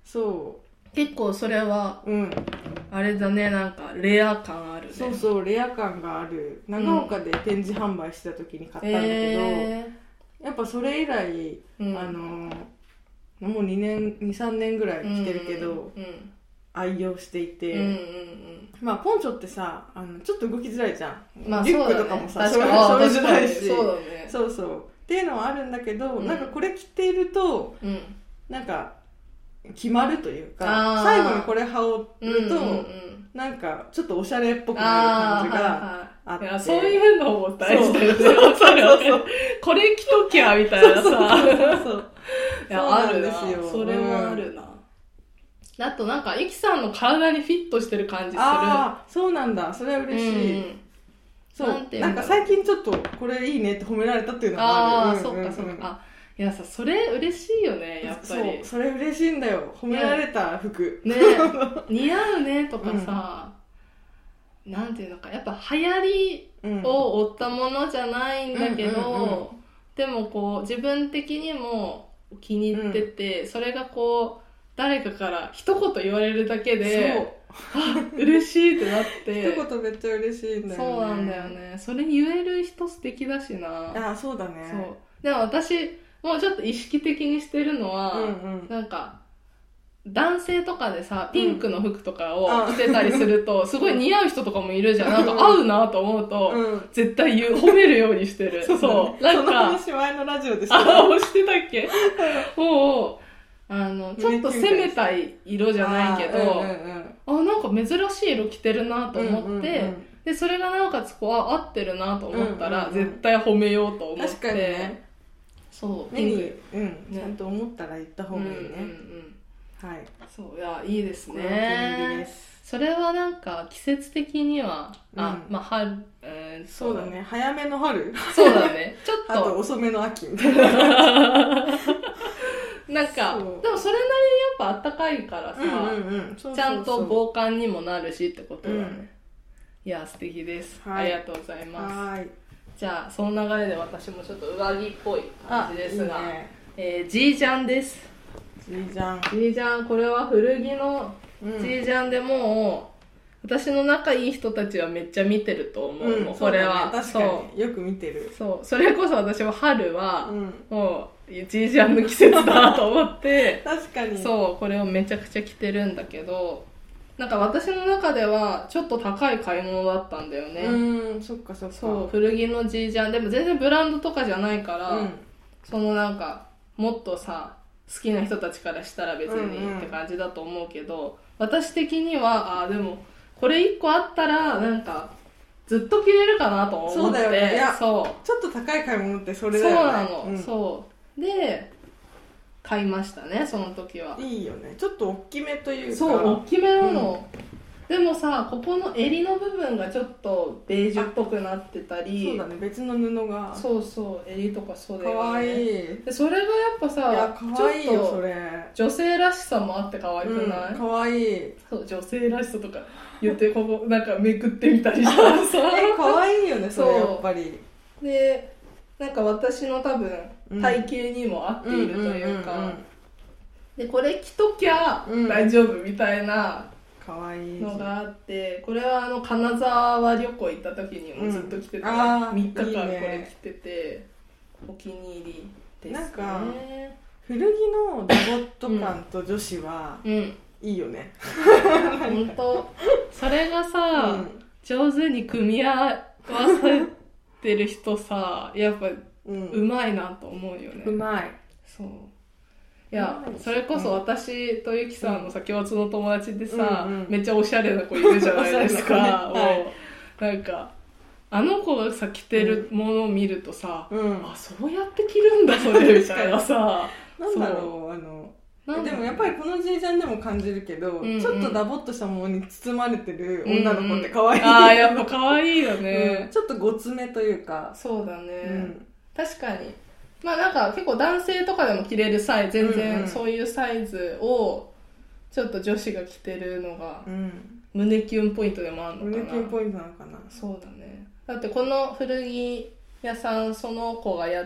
Speaker 2: そ
Speaker 1: 結構それは
Speaker 2: ううん
Speaker 1: あれだねなんかレア感あるね
Speaker 2: そうそうレア感がある長岡で展示販売してた時に買ったんだけど、
Speaker 1: え
Speaker 2: やっぱそれ以来、
Speaker 1: ーうん
Speaker 2: あのもう2年23年ぐらい着てるけど、
Speaker 1: うん
Speaker 2: 愛用していて、
Speaker 1: うんうんうん
Speaker 2: まあポンチョってさあのちょっと動きづらいじゃん、
Speaker 1: うんまあ
Speaker 2: リュ
Speaker 1: そ
Speaker 2: ッ
Speaker 1: う
Speaker 2: ク
Speaker 1: だ
Speaker 2: と
Speaker 1: ね
Speaker 2: かもさ
Speaker 1: 確かに
Speaker 2: それ
Speaker 1: あ
Speaker 2: そ
Speaker 1: 確
Speaker 2: れもしな
Speaker 1: かに
Speaker 2: いし
Speaker 1: そうだね
Speaker 2: そうそうっていうのはあるんだけど、
Speaker 1: うん
Speaker 2: なんかこれ着ていると
Speaker 1: うん
Speaker 2: なんか決まるという
Speaker 1: あ
Speaker 2: か
Speaker 1: ー
Speaker 2: 最後にこれ羽織
Speaker 1: うん
Speaker 2: ると、
Speaker 1: うんうん
Speaker 2: なんかちょっとおしゃれっぽくな
Speaker 1: あ
Speaker 2: る感じが
Speaker 1: ーはいはい
Speaker 2: あって
Speaker 1: いやそういうのも大事だよね
Speaker 2: そうそうそうそう
Speaker 1: わかるよねこれ着ときゃみたいなさ
Speaker 2: そうそう
Speaker 1: いや
Speaker 2: そうな
Speaker 1: あ
Speaker 2: ん
Speaker 1: るな
Speaker 2: ですよ
Speaker 1: それはあるな、あとなんかゆきさんの体にフィットしてる感じする
Speaker 2: ああそうなんだそれは嬉しい、
Speaker 1: うん
Speaker 2: そ
Speaker 1: なんて
Speaker 2: う
Speaker 1: いうんだ
Speaker 2: な
Speaker 1: ろう
Speaker 2: んか最近ちょっとこれいいねって褒められたっていうのも
Speaker 1: あ
Speaker 2: あ
Speaker 1: あ
Speaker 2: る
Speaker 1: ー、そうかそうかあいやさそれ嬉しいよねやっぱり
Speaker 2: そうそれ嬉しいんだよ褒められた服、
Speaker 1: ね似合うねとかさ、なんていうのかやっぱ流行り
Speaker 2: うん
Speaker 1: を追ったものじゃないんだけど、
Speaker 2: うんうんうん
Speaker 1: でもこう自分的にも気に入ってて、それがこう誰かから一言言われるだけで嬉しいってなっ
Speaker 2: そう
Speaker 1: て
Speaker 2: 一言めっちゃ嬉しいんだよね
Speaker 1: そうなんだよねそれ言える人素敵だしな
Speaker 2: ああそうだね
Speaker 1: そうでも私もうちょっと意識的にしてるのは、
Speaker 2: うんうん
Speaker 1: なんか男性とかでさピンクの服とかを
Speaker 2: うん
Speaker 1: 着てたりすると、 すごい似合う人とかもいるじゃんなんか合うなと思うと、
Speaker 2: うん
Speaker 1: 絶対言う褒めるようにしてるそうな
Speaker 2: そ
Speaker 1: ん
Speaker 2: の
Speaker 1: か
Speaker 2: 話前のラジオでした
Speaker 1: あ押してたっけもうあのちょっと攻めたい色じゃないけど
Speaker 2: あー
Speaker 1: あ,、
Speaker 2: うんうんうん
Speaker 1: なんか珍しい色着てるなと思って、
Speaker 2: うんうん
Speaker 1: でそれがなおかつこうあ合ってるなと思ったら、
Speaker 2: うんうんうん
Speaker 1: 絶対褒めようと
Speaker 2: うん
Speaker 1: 思って
Speaker 2: 確かにね
Speaker 1: そう
Speaker 2: 目
Speaker 1: ピンク
Speaker 2: に、うん、
Speaker 1: ね
Speaker 2: ちゃんと思ったら言った方がいいね、
Speaker 1: うんうんうん
Speaker 2: はい
Speaker 1: そういやいいです
Speaker 2: これはお気に入り
Speaker 1: ね
Speaker 2: です
Speaker 1: それはなんか季節的にはあ、
Speaker 2: うん
Speaker 1: まあ春、えーと
Speaker 2: そうだね早めの春
Speaker 1: そうだ ねちょっ
Speaker 2: あと
Speaker 1: と
Speaker 2: 遅め の秋みたいな
Speaker 1: なんかで
Speaker 2: そう
Speaker 1: もそれなりにやっぱ暖かいからさ、
Speaker 2: うんそうそうそう
Speaker 1: ちゃんと防寒にもなるしってことだね、
Speaker 2: うん
Speaker 1: いや素敵です、
Speaker 2: はい
Speaker 1: ありがとうございます
Speaker 2: はーい
Speaker 1: じゃあその流れで私もちょっと上着っぽい感じですが
Speaker 2: いいね
Speaker 1: えー、G ジャンです
Speaker 2: じいじゃん
Speaker 1: G ジャンこれは古着の
Speaker 2: うん
Speaker 1: ジージャンでもう私の仲いい人たちはめっちゃ見てると思う、
Speaker 2: うん
Speaker 1: もう
Speaker 2: そ
Speaker 1: こ
Speaker 2: うだ
Speaker 1: れ
Speaker 2: ね
Speaker 1: は
Speaker 2: 確かによく見てる
Speaker 1: そうそうそれこそ私は春は、
Speaker 2: うん
Speaker 1: もうジージャンの季節だと思って
Speaker 2: 確かに
Speaker 1: そうこれをめちゃくちゃ着てるんだけどなんか私の中ではちょっと高い買い物だったんだよね、
Speaker 2: うんそっかそっか
Speaker 1: そう古着のジージャンでも全然ブランドとかじゃないから、
Speaker 2: うん
Speaker 1: そのなんかもっとさ好きな人たちからしたら別
Speaker 2: うんうん
Speaker 1: にって感じだと思うけど、私的にはあーでもこれ1個あったらなんかずっと着れるかなと思って
Speaker 2: そうだよねいや
Speaker 1: そう
Speaker 2: ちょっと高い買い物ってそれ
Speaker 1: そ
Speaker 2: だ
Speaker 1: う
Speaker 2: よ
Speaker 1: な
Speaker 2: ね
Speaker 1: の、
Speaker 2: ん
Speaker 1: そうで買いましたねその時はい
Speaker 2: いよねちょっと大きめというか
Speaker 1: そう大きめなの、でもさここの襟の部分がちょっとベージュっぽくなってたり
Speaker 2: そうだね別の布が
Speaker 1: そうそう襟とか袖が、
Speaker 2: か
Speaker 1: ね、
Speaker 2: わいいい
Speaker 1: でそれがやっぱさ
Speaker 2: やかわいい
Speaker 1: ちょ
Speaker 2: よ
Speaker 1: っと
Speaker 2: それ
Speaker 1: 女性らしさもあって可愛く
Speaker 2: うん
Speaker 1: ない、
Speaker 2: かわいいえ
Speaker 1: そう女性らしさとか言ってここなんかめくってみたりしたらさ
Speaker 2: かわい いよねそれ
Speaker 1: そう
Speaker 2: やっぱり
Speaker 1: でなんか私の多分
Speaker 2: うん
Speaker 1: 体型にも合っているというか、
Speaker 2: んんんうん
Speaker 1: でこれ着ときゃ
Speaker 2: うん
Speaker 1: 大丈夫みたいな
Speaker 2: かわいい
Speaker 1: のがあってこれはあの金沢旅行行った時にもずっと着てて、
Speaker 2: うんあー
Speaker 1: 3日間こ
Speaker 2: いい
Speaker 1: れ
Speaker 2: ね
Speaker 1: 着ててお気に入りですね
Speaker 2: なんか古着のロボット感と女子は
Speaker 1: うん
Speaker 2: いいよね
Speaker 1: 本当 それがさ、
Speaker 2: うん
Speaker 1: 上手に組み合わせてる人さやっぱ
Speaker 2: う
Speaker 1: うんまいなと思うよね、
Speaker 2: うまい
Speaker 1: そういや
Speaker 2: うまい
Speaker 1: それこそ私とゆきさんのさ共通の友達でさ、
Speaker 2: うんうん
Speaker 1: めっちゃおしゃれな子いるじゃないです
Speaker 2: おしゃれ
Speaker 1: か、
Speaker 2: な子ねはい
Speaker 1: もうなんかあの子がさ着てるものを見るとさ、
Speaker 2: うん
Speaker 1: あそうやって着るんだそれみたいな さ
Speaker 2: なんだろうあの
Speaker 1: なんだ
Speaker 2: で
Speaker 1: ろう
Speaker 2: もやっぱりこのじいちゃんでも感じるけど、
Speaker 1: んうん
Speaker 2: ちょっとダボっとしたものに包まれてる女の子って可愛い、
Speaker 1: うんうんああやっぱ可愛いよね、
Speaker 2: うんちょっとごつめというか、
Speaker 1: そうだね、
Speaker 2: うん
Speaker 1: 確かにまあなんか結構男性とかでも着れるサイズ全
Speaker 2: うんう
Speaker 1: 然
Speaker 2: ん
Speaker 1: そういうサイズをちょっと女子が着てるのが
Speaker 2: うん、
Speaker 1: 胸キュンポイントでもあるのか
Speaker 2: 胸
Speaker 1: な
Speaker 2: キュンポイントなのかな
Speaker 1: そうだねだってこの古着屋さんその子がや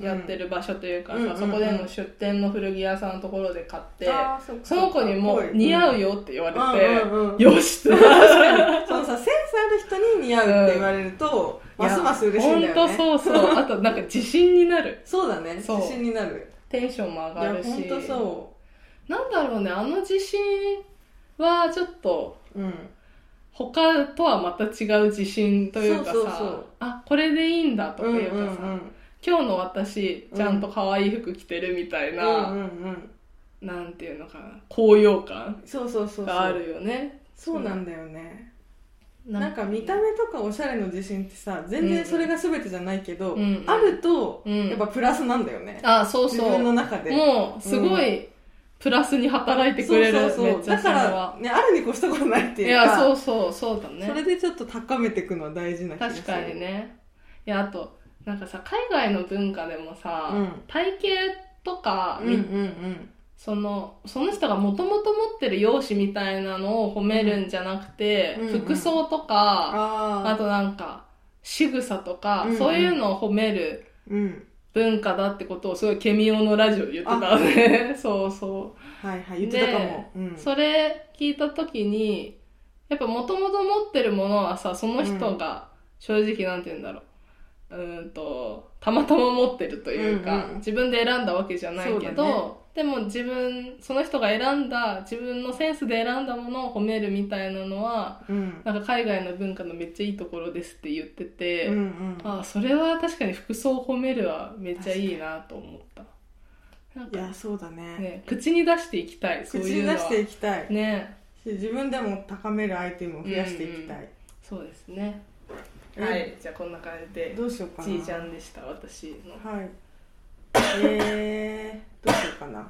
Speaker 1: やってる場所というかさ、
Speaker 2: うんうんうん
Speaker 1: そこでの出店の古着屋さんのところで買って
Speaker 2: あーそっか
Speaker 1: その子にも
Speaker 2: すごい
Speaker 1: 似合うよって言われて、
Speaker 2: うんうんうん
Speaker 1: よしって
Speaker 2: そのさセンスある人に似合うって言われると、ますます嬉しいんだよね
Speaker 1: 本当そうそうあとなんか自信になる
Speaker 2: そうだね
Speaker 1: そう
Speaker 2: 自信になる
Speaker 1: テンションも上
Speaker 2: い
Speaker 1: が
Speaker 2: や
Speaker 1: るし
Speaker 2: 本当そ
Speaker 1: なんだろうねあの自信はちょっと
Speaker 2: ううん
Speaker 1: 他とはまた違う自信というかさ
Speaker 2: そうそうそう
Speaker 1: あこれでいいんだとか
Speaker 2: うんう
Speaker 1: い
Speaker 2: ん
Speaker 1: うか
Speaker 2: う
Speaker 1: さ、
Speaker 2: ん
Speaker 1: 今日の私ちゃんと可愛い服着てるみたい
Speaker 2: うんう
Speaker 1: な、
Speaker 2: んうん
Speaker 1: なんていうのかな高揚感
Speaker 2: そうそうそうそう
Speaker 1: があるよね
Speaker 2: そうなんだよね
Speaker 1: な
Speaker 2: なんか見た目とかおしゃれの自信ってさ全然それが全てじゃないけど、
Speaker 1: うんうん
Speaker 2: あると
Speaker 1: うん
Speaker 2: やっぱプラスなんだよね、
Speaker 1: あそう
Speaker 2: 自
Speaker 1: そう
Speaker 2: 分の中で
Speaker 1: もうすごい、プラスに働いてくれる
Speaker 2: そうそう
Speaker 1: め
Speaker 2: そ
Speaker 1: っ
Speaker 2: う
Speaker 1: ちゃ
Speaker 2: だ
Speaker 1: それ
Speaker 2: か
Speaker 1: は
Speaker 2: ら、ね、あるに越したことないって
Speaker 1: い
Speaker 2: いうか
Speaker 1: やそうそうそうだね
Speaker 2: それでちょっと高めていくのは大事な気がす
Speaker 1: 確
Speaker 2: る
Speaker 1: かにねいやあとなんかさ海外の文化でもさ、
Speaker 2: うん
Speaker 1: 体型とか、
Speaker 2: うんうんうん
Speaker 1: そのその人がもともと持ってる容姿みたいなのを褒めるんじゃなくて、
Speaker 2: うんうん
Speaker 1: 服装とか、
Speaker 2: あー
Speaker 1: あとなんか仕草とか、
Speaker 2: うんうん
Speaker 1: そういうのを褒める
Speaker 2: うん
Speaker 1: 文化だってことをすごいケミオのラジオで言ってたのね そうそう
Speaker 2: はいはい言ってたかも、うん、
Speaker 1: それ聞いた時にやっぱもともと持ってるものはさその人が正直なんて言うんだろううーんとたまたま持ってるというか、
Speaker 2: うんうん
Speaker 1: 自分で選んだわけじゃないけど、でも自分その人が選んだ自分のセンスで選んだものを褒めるみたいなのは
Speaker 2: うん
Speaker 1: なんか海外の文化のめっちゃいいところですって言ってて、
Speaker 2: うんうん
Speaker 1: あそれは確かに服装を褒めるはめっちゃいいなと思ったなん
Speaker 2: い
Speaker 1: か
Speaker 2: やそうだね
Speaker 1: ね口に出していきたいそ
Speaker 2: 口
Speaker 1: う
Speaker 2: に
Speaker 1: いうの
Speaker 2: 出
Speaker 1: は
Speaker 2: していきたい、
Speaker 1: ね
Speaker 2: し自分でも高めるアイテムを増やしていきたい、
Speaker 1: そうですね。
Speaker 2: うん
Speaker 1: はい、じゃあこんな感じで、
Speaker 2: どうしようかな
Speaker 1: じいちゃんでした、私の。
Speaker 2: はいえー、どうしようかな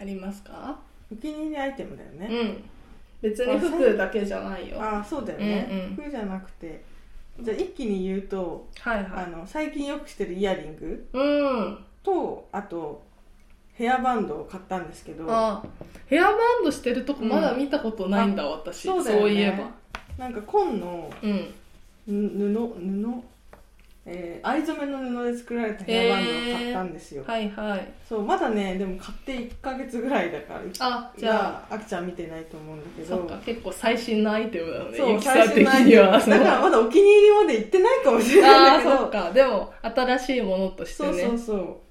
Speaker 1: ありますか
Speaker 2: お気に入りアイテムだよ
Speaker 1: う
Speaker 2: ね、
Speaker 1: ん。別に服だけじゃないよ。はい
Speaker 2: ああそうだよね、
Speaker 1: うんうん
Speaker 2: 服じゃなくてじゃあ一気に言うとあ
Speaker 1: はい。
Speaker 2: の最近よくしてるイヤリング
Speaker 1: うん。
Speaker 2: とあとヘアバンドを買ったんですけど
Speaker 1: あ、ヘアバンドしてるとこまだ見たことないんだ、私。
Speaker 2: そうだよね
Speaker 1: いえば。
Speaker 2: なんか紺の
Speaker 1: うん。
Speaker 2: ぬ布布、えー、藍染めの布で作られたヘアバンドを買ったんですよ、
Speaker 1: はいはい。
Speaker 2: そうまだねでも買って1ヶ月ぐらいだから
Speaker 1: あ、じ
Speaker 2: じ
Speaker 1: ゃあ、
Speaker 2: ゃああきちゃん見てないと思うんだけど
Speaker 1: そっか、結構最新のアイテムだよね。
Speaker 2: そう
Speaker 1: ゆきさん的
Speaker 2: アイ
Speaker 1: に
Speaker 2: テム
Speaker 1: は。そ
Speaker 2: だ
Speaker 1: の
Speaker 2: からまだお気に入りまで行ってないかもしれ
Speaker 1: あ
Speaker 2: ない
Speaker 1: あ、
Speaker 2: んだけ
Speaker 1: そっ
Speaker 2: ど
Speaker 1: か。でも、新しいものとして
Speaker 2: そう,、
Speaker 1: ね。
Speaker 2: そうそ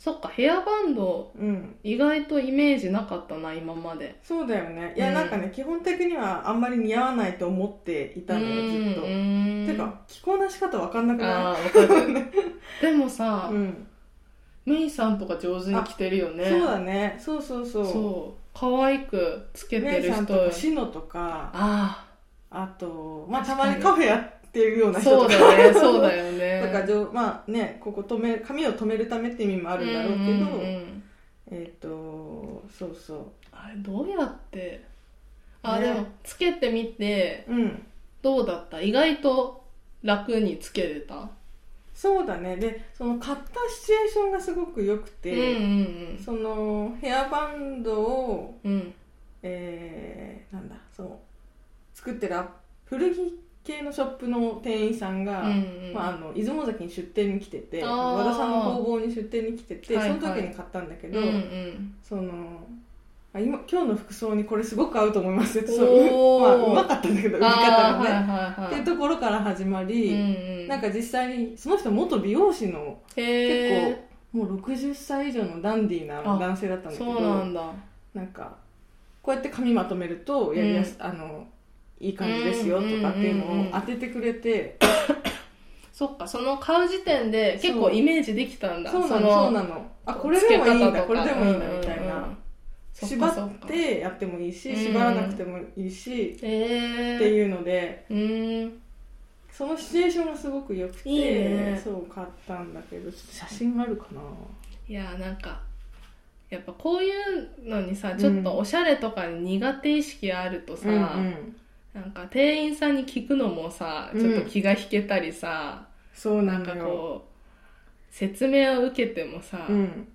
Speaker 1: そっか、ヘアバンド、
Speaker 2: ううん
Speaker 1: 意外とイメージなかったな、今まで。
Speaker 2: そうだよねいや、
Speaker 1: うん
Speaker 2: なんかね基本的にはあんまり似合わないと思っていたんだよずっと、
Speaker 1: う
Speaker 2: て
Speaker 1: ーん
Speaker 2: か着こなし方わかんなくな
Speaker 1: あーわ かるでもさ、
Speaker 2: い、うん
Speaker 1: メイさんとか上手に着てるよね
Speaker 2: そうだねそうそうそう
Speaker 1: そう可愛くつけて
Speaker 2: メイ
Speaker 1: る
Speaker 2: さん
Speaker 1: 人
Speaker 2: とかシノとか
Speaker 1: あ
Speaker 2: あとまあた
Speaker 1: 確かに
Speaker 2: まにカフェやってるよう
Speaker 1: あ
Speaker 2: な人
Speaker 1: そ
Speaker 2: と
Speaker 1: う
Speaker 2: か
Speaker 1: だよね そうだよね
Speaker 2: なんかじょまあねここ止め髪を止めるためって意味もあるんだろうけど、
Speaker 1: んんうん
Speaker 2: えっ、とそうそ
Speaker 1: あれどうやってあ、
Speaker 2: ね
Speaker 1: でもつけてみて
Speaker 2: ううん
Speaker 1: どうだった意外と楽につけれた
Speaker 2: そうだねでその買ったシチュエーションがすごく良
Speaker 1: う
Speaker 2: く
Speaker 1: ん
Speaker 2: て、
Speaker 1: うん
Speaker 2: そのヘアバンドを
Speaker 1: うんうん
Speaker 2: えー、なんだそう作ってるあ古着系のショップの店員さんが、
Speaker 1: うんうん
Speaker 2: まあ、あの出雲崎に出店に来てて
Speaker 1: あー
Speaker 2: 和田さんの工房に出店に来てて
Speaker 1: はい
Speaker 2: そ
Speaker 1: は
Speaker 2: の
Speaker 1: い
Speaker 2: 時に買ったんだけ
Speaker 1: うんう
Speaker 2: ど、
Speaker 1: ん
Speaker 2: そのあ今今日の服装にこれすごく合うと思いますよってそう
Speaker 1: おー
Speaker 2: うまあうまかったんだけど売り
Speaker 1: あー
Speaker 2: 方がね、
Speaker 1: はいはい
Speaker 2: って
Speaker 1: はい
Speaker 2: いうところから始ま
Speaker 1: う
Speaker 2: り、
Speaker 1: んうん、
Speaker 2: なんか実際にその人元美容師の
Speaker 1: へ
Speaker 2: 結
Speaker 1: え
Speaker 2: 構もう60歳以上のダンディーな
Speaker 1: あ
Speaker 2: 男性だったんだけど
Speaker 1: そうなんだ
Speaker 2: なんかこうやって髪まとめるとやりやす、あのいい感じですよとかっていう
Speaker 1: うんうんうん
Speaker 2: の
Speaker 1: うん
Speaker 2: を当ててくれて、
Speaker 1: そっかその買う時点で結構イメージできたんだ
Speaker 2: そうなの
Speaker 1: の
Speaker 2: そうなのあこれでもいいん
Speaker 1: つけ方
Speaker 2: だ
Speaker 1: と
Speaker 2: これでもいいんだ
Speaker 1: うんうんうん
Speaker 2: みたいな、
Speaker 1: そっかそ
Speaker 2: 縛
Speaker 1: っ
Speaker 2: っ
Speaker 1: か
Speaker 2: てやってもいいし
Speaker 1: うん
Speaker 2: 縛らなくてもいいし、
Speaker 1: えー、
Speaker 2: っていうので
Speaker 1: うーん
Speaker 2: そのシチュエーションがすごく良くて
Speaker 1: いいね
Speaker 2: そう買ったんだけどちょっと写真あるかない
Speaker 1: やーなんかやっぱこういうのにさちょっとおしゃれとかに苦手意識あるとさ、
Speaker 2: うんうん
Speaker 1: なんか店員さんに聞くのもさちょっと気が引けたりさ、
Speaker 2: そうな
Speaker 1: なんん
Speaker 2: だ
Speaker 1: か
Speaker 2: よ
Speaker 1: こう説明を受けてもさ、
Speaker 2: うん、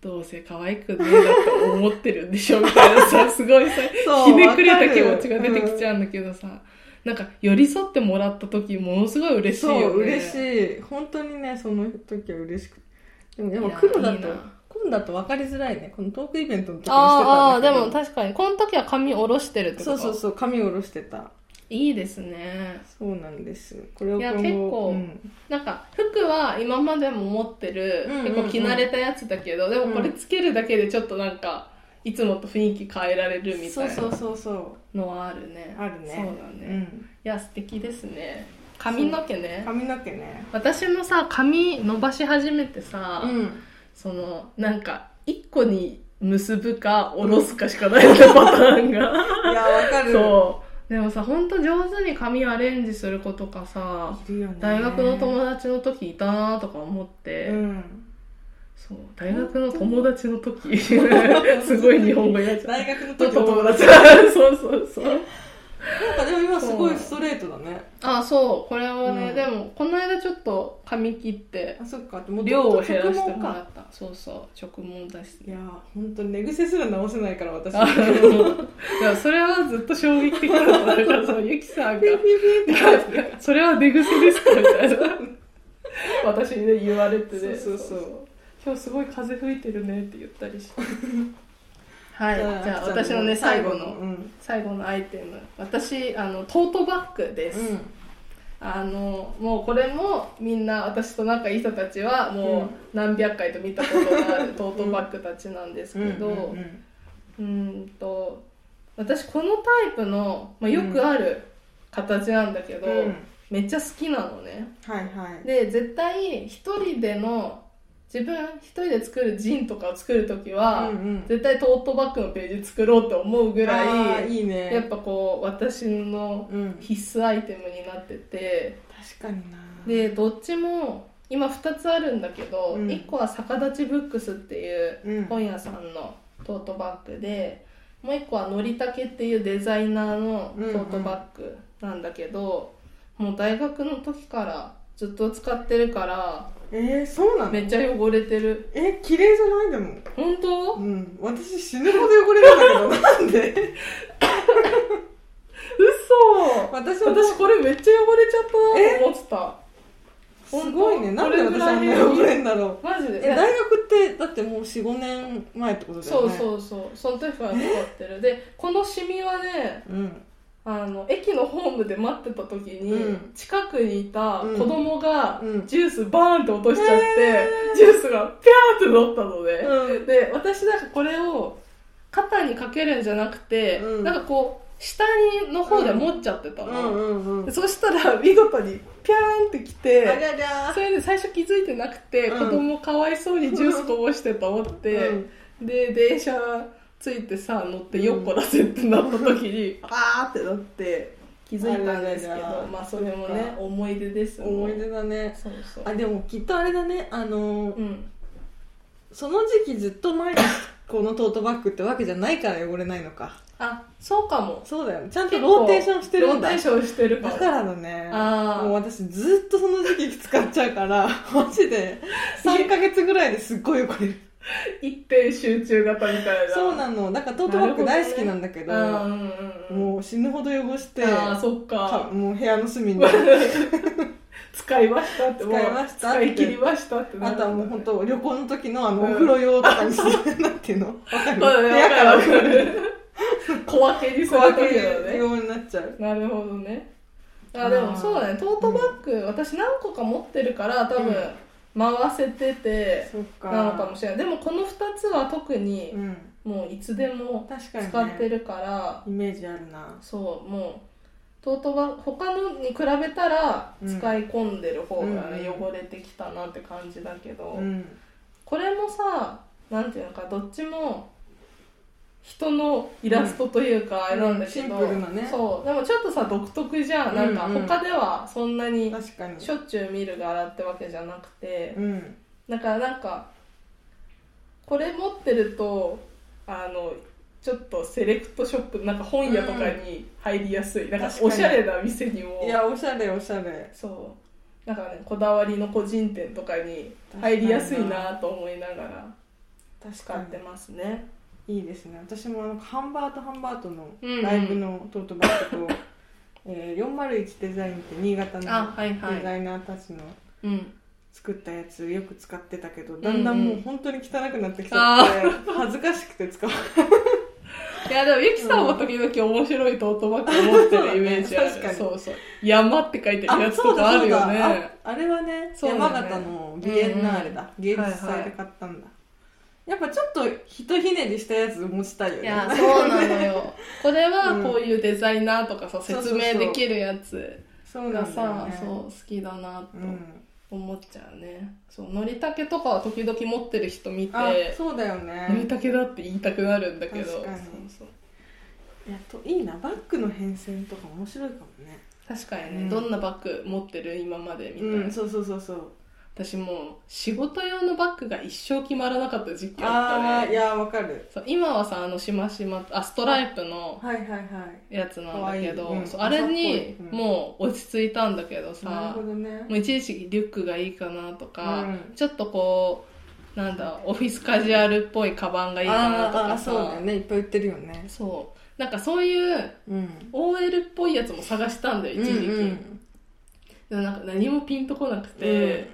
Speaker 1: どうせ可愛くねえだと思ってるんでしょみたいなさすごいさ
Speaker 2: そ
Speaker 1: ひ
Speaker 2: う
Speaker 1: ねくれた気
Speaker 2: わ
Speaker 1: 持
Speaker 2: か
Speaker 1: ち
Speaker 2: る
Speaker 1: が出てきちゃうんだけどさ、なんか寄り添ってもらった時ものすごい嬉しいよね
Speaker 2: そう嬉しい本当にねその時は嬉しくでもでも
Speaker 1: いや
Speaker 2: 黒だ
Speaker 1: いい
Speaker 2: と
Speaker 1: な
Speaker 2: 紺だと分かりづらいねこのトークイベントの時にして
Speaker 1: あー
Speaker 2: た
Speaker 1: あ
Speaker 2: ん
Speaker 1: ー
Speaker 2: だ
Speaker 1: で
Speaker 2: けど
Speaker 1: も確かにこの時は髪下ろしてるってこと
Speaker 2: そうそうそう髪下ろしてた
Speaker 1: いいですね
Speaker 2: そうなんですこれを
Speaker 1: いや
Speaker 2: 今後
Speaker 1: 結構
Speaker 2: うん
Speaker 1: なんか服は今までも持ってる、
Speaker 2: うんうんうん
Speaker 1: 結構着慣れたやつだけどでもこれつけるだけでちょっとなんかいつもと雰囲気変えられるみ
Speaker 2: そ
Speaker 1: た
Speaker 2: う
Speaker 1: い
Speaker 2: そう
Speaker 1: な
Speaker 2: そうそう
Speaker 1: のはあるね
Speaker 2: あるね
Speaker 1: そうだね、
Speaker 2: う
Speaker 1: い
Speaker 2: ん、
Speaker 1: や素敵ですね髪の毛ね
Speaker 2: 髪の毛ね
Speaker 1: 私もさ髪伸ばし始めてさ、
Speaker 2: うん
Speaker 1: そのなんか一個に結ぶか下ろすかしかないん だパターンが
Speaker 2: いや分かる
Speaker 1: そうでもさほんと上手に髪アレンジする子とかさ
Speaker 2: いるよね
Speaker 1: 大学の友達の時いたなとか思って、
Speaker 2: うん
Speaker 1: そう大学の友達の時 すごい日本語やっちゃう
Speaker 2: 大学の
Speaker 1: と
Speaker 2: 時の
Speaker 1: 友
Speaker 2: 友
Speaker 1: 達
Speaker 2: 達
Speaker 1: そうそうそう
Speaker 2: なんかでも今すごいストレートだね
Speaker 1: あそうこれはね、
Speaker 2: うん
Speaker 1: でもこの間ちょっと髪切って
Speaker 2: あそっかも
Speaker 1: 量を減らしてもらったそうそう直毛だし
Speaker 2: いやー本当に寝癖すら直せないから私
Speaker 1: あのでもそれはずっと衝撃的だっただからそのゆきさ んが「それは出癖ですか?」みたいな 私に、ね、言われてね
Speaker 2: そうそうそう
Speaker 1: 今日すごい風吹いてるねって言ったりしてはいじゃあ
Speaker 2: きちん
Speaker 1: 私のね最後の
Speaker 2: うん
Speaker 1: 最後のアイテム私あのトートバッグです、
Speaker 2: うん
Speaker 1: あのもうこれもみんな私と仲いい人たちは
Speaker 2: う
Speaker 1: も
Speaker 2: ん
Speaker 1: う何百回と見たことがあるトートバッグたちなんですけど、
Speaker 2: うんう
Speaker 1: う
Speaker 2: ん
Speaker 1: ーんと私このタイプの、まあ、よくある形なんだけど、
Speaker 2: うんうん
Speaker 1: めっちゃ好きなのね
Speaker 2: はいはい
Speaker 1: で絶対一人での自分一人で作るジンとかを作る時は、
Speaker 2: うんうん
Speaker 1: 絶対トートバッグのページ作ろうって思うぐら
Speaker 2: あー
Speaker 1: い
Speaker 2: いいね
Speaker 1: やっぱこう私の
Speaker 2: うん
Speaker 1: 必須アイテムになってて
Speaker 2: 確かにな
Speaker 1: でどっちも今2つあるんだけど、
Speaker 2: うん
Speaker 1: 1個は逆立ちブックスっていう
Speaker 2: うん
Speaker 1: 本屋さんのトートバッグでもう1個はのりたけっていうデザイナーのトートバッグなんだけど、もう大学の時からずっと使ってるから
Speaker 2: えー、そうなの
Speaker 1: めっちゃ汚れてる
Speaker 2: え綺麗じゃないでも
Speaker 1: 本当、
Speaker 2: うん私死ぬほど汚れるんだけどなんで
Speaker 1: 嘘
Speaker 2: 私も
Speaker 1: 私これめっちゃ汚れちゃったなと思ってた本当
Speaker 2: すごいねなんで
Speaker 1: これぐ
Speaker 2: 私
Speaker 1: ら
Speaker 2: あ
Speaker 1: い
Speaker 2: んな汚れんだろう
Speaker 1: マジで
Speaker 2: え大学ってだってもう45年前ってことだ
Speaker 1: そ
Speaker 2: よ
Speaker 1: う
Speaker 2: ねう
Speaker 1: そうそうその時から使ってるでこのシミはね
Speaker 2: そううん
Speaker 1: あの駅のホームで待ってた時に、
Speaker 2: うん
Speaker 1: 近くにいた子供が
Speaker 2: うん
Speaker 1: ジュースバーンって落としちゃって、
Speaker 2: へー
Speaker 1: ジュースがピャーってなったので、
Speaker 2: うん
Speaker 1: で私なんかこれを肩にかけるんじゃなくて、
Speaker 2: うん
Speaker 1: なんかこう下にの方で持っちゃってた
Speaker 2: う
Speaker 1: の、
Speaker 2: んうんうん
Speaker 1: でそしたら見事にピャーンってきて
Speaker 2: ありゃりゃ
Speaker 1: それで最初気づいてなくて、
Speaker 2: うん
Speaker 1: 子供かわいそうにジュースこぼしてと思って、
Speaker 2: うん
Speaker 1: で電車ついてさ乗ってよっこらせってなった時に、 あーってなって気づいたんですけど
Speaker 2: あららら
Speaker 1: まあそれも
Speaker 2: そっ
Speaker 1: ね
Speaker 2: か
Speaker 1: 思い出ですもん
Speaker 2: 思い出だね
Speaker 1: そうそう
Speaker 2: あでもきっとあれだねあのー
Speaker 1: うん
Speaker 2: その時期ずっと毎日このトートバッグってわけじゃないから汚れないのか
Speaker 1: あそうかも
Speaker 2: そうだよねちゃんとローテーションしてるんだ
Speaker 1: ローテーションしてるか
Speaker 2: だ
Speaker 1: も
Speaker 2: からだね
Speaker 1: あー
Speaker 2: もう私ずっとその時期使っちゃうから マジで3ヶ月ぐらいですっごい汚れる
Speaker 1: 一点集中型みたいな
Speaker 2: そうなのだからトートバッグ大好きなんだけど
Speaker 1: あーうんうんうん
Speaker 2: もう死ぬほど汚して
Speaker 1: あーそっ
Speaker 2: か
Speaker 1: か
Speaker 2: もう部屋の隅に
Speaker 1: 使いましたってもう
Speaker 2: 使いましたって
Speaker 1: 使い切りましたってな
Speaker 2: あ
Speaker 1: る
Speaker 2: とはもう本当旅行の時のあの
Speaker 1: う
Speaker 2: お
Speaker 1: ん
Speaker 2: 風呂用とかにしてなんていうのわか
Speaker 1: そ
Speaker 2: る部
Speaker 1: うだね
Speaker 2: 屋から
Speaker 1: わかる小分けにす
Speaker 2: 小
Speaker 1: る
Speaker 2: 分
Speaker 1: 時だ
Speaker 2: け
Speaker 1: ね
Speaker 2: 用になっちゃう
Speaker 1: なるほどね
Speaker 2: あ
Speaker 1: あ
Speaker 2: ー
Speaker 1: でもそうだねトートバッグ、私何個か持ってるから多分回せてて
Speaker 2: そっか
Speaker 1: なのかもしれないでもこの2つは特に
Speaker 2: うん
Speaker 1: もういつでも
Speaker 2: 確かに、ね、
Speaker 1: 使ってるから、
Speaker 2: イメージあるな
Speaker 1: そうもうトートバッグ他のに比べたら
Speaker 2: うん
Speaker 1: 使い込んでる方がね、
Speaker 2: うん
Speaker 1: 汚れてきたなって感じだけど、
Speaker 2: うん
Speaker 1: これもさなんていうのかどっちも人のイラストというかあれなんだけど、
Speaker 2: うんシンプルなね
Speaker 1: そうでもちょっとさ独特じゃんなんか
Speaker 2: うんうん
Speaker 1: 他ではそんなに
Speaker 2: 確かに
Speaker 1: しょっちゅう見る柄ってわけじゃなくて
Speaker 2: うん
Speaker 1: だからなんかこれ持ってるとあのちょっとセレクトショップなんか本屋とかに入りやすい、なんか
Speaker 2: 確か
Speaker 1: お
Speaker 2: に
Speaker 1: しゃれな店にも
Speaker 2: いやおしゃれおしゃれ
Speaker 1: そうなんかねこだわりの個人店とかに入りやすいなと思いながら。
Speaker 2: 確
Speaker 1: 使
Speaker 2: か
Speaker 1: ってますね。
Speaker 2: にいいですね私もあのハンバートハンバートの
Speaker 1: うんうん
Speaker 2: ライブのトートバッグと、 えー、401デザインって新潟の
Speaker 1: あはいはい
Speaker 2: デザイナーたちの
Speaker 1: うん。
Speaker 2: 作ったやつよく使ってたけどだんだんも
Speaker 1: うんう
Speaker 2: うん本当に汚くなってきちゃって、恥ずかしくて使わない
Speaker 1: いやでもゆきさんも時々面白いトートバッグ持ってるイメージある。
Speaker 2: 確かに
Speaker 1: そうそう。山って書いてるやつとかあるよね。
Speaker 2: ああれはね
Speaker 1: そうだよね
Speaker 2: 山形のビエンナーレだ、芸術祭で買ったんだ、やっぱちょっとひとひねりしたやつ持ちたいよ
Speaker 1: い
Speaker 2: ね
Speaker 1: やそうなの よ。これは
Speaker 2: うん
Speaker 1: こういうデザイナーとかさ
Speaker 2: そう
Speaker 1: 説
Speaker 2: そうそう
Speaker 1: 明できるやつ
Speaker 2: そうな
Speaker 1: が
Speaker 2: んだよ
Speaker 1: さ
Speaker 2: ね
Speaker 1: そう好きだなと
Speaker 2: うん、
Speaker 1: 思っちゃうね。そうのりたけとかは時々持ってる人見て。
Speaker 2: あそうだよ
Speaker 1: のり
Speaker 2: ね
Speaker 1: たけだって言いたくなるんだけど
Speaker 2: 確かに
Speaker 1: そうそう
Speaker 2: いやといいなバッグの変遷とか面白いかもね
Speaker 1: 確かにね、
Speaker 2: うん
Speaker 1: どんなバッグ持ってる今までみたいな、
Speaker 2: うんそうそうそうそう
Speaker 1: 私もう仕事用のバッグが一生決まらなかった時期あ
Speaker 2: あ
Speaker 1: った
Speaker 2: ーい
Speaker 1: ね
Speaker 2: やわかる
Speaker 1: そう今はさあのしましまあストライプの
Speaker 2: はいはいはい
Speaker 1: やつなんだけ
Speaker 2: 可愛
Speaker 1: ど
Speaker 2: いうん
Speaker 1: そうあれに
Speaker 2: 朝っぽいうん
Speaker 1: もう落ち着いたんだけど
Speaker 2: な
Speaker 1: さ、
Speaker 2: るほどね
Speaker 1: もう一時期リュックがいいかなとか、
Speaker 2: うん
Speaker 1: ちょっとこうなんだオフィスカジュアルっぽいカバンがいいかなと
Speaker 2: あーあ
Speaker 1: か
Speaker 2: ー
Speaker 1: さ
Speaker 2: そうだよねいっぱい売ってるよね
Speaker 1: そうなんかそういう
Speaker 2: うん、
Speaker 1: OL っぽいやつも探したんだよ一時期、
Speaker 2: うん
Speaker 1: でもなんか何もピンとこなく
Speaker 2: うん
Speaker 1: て、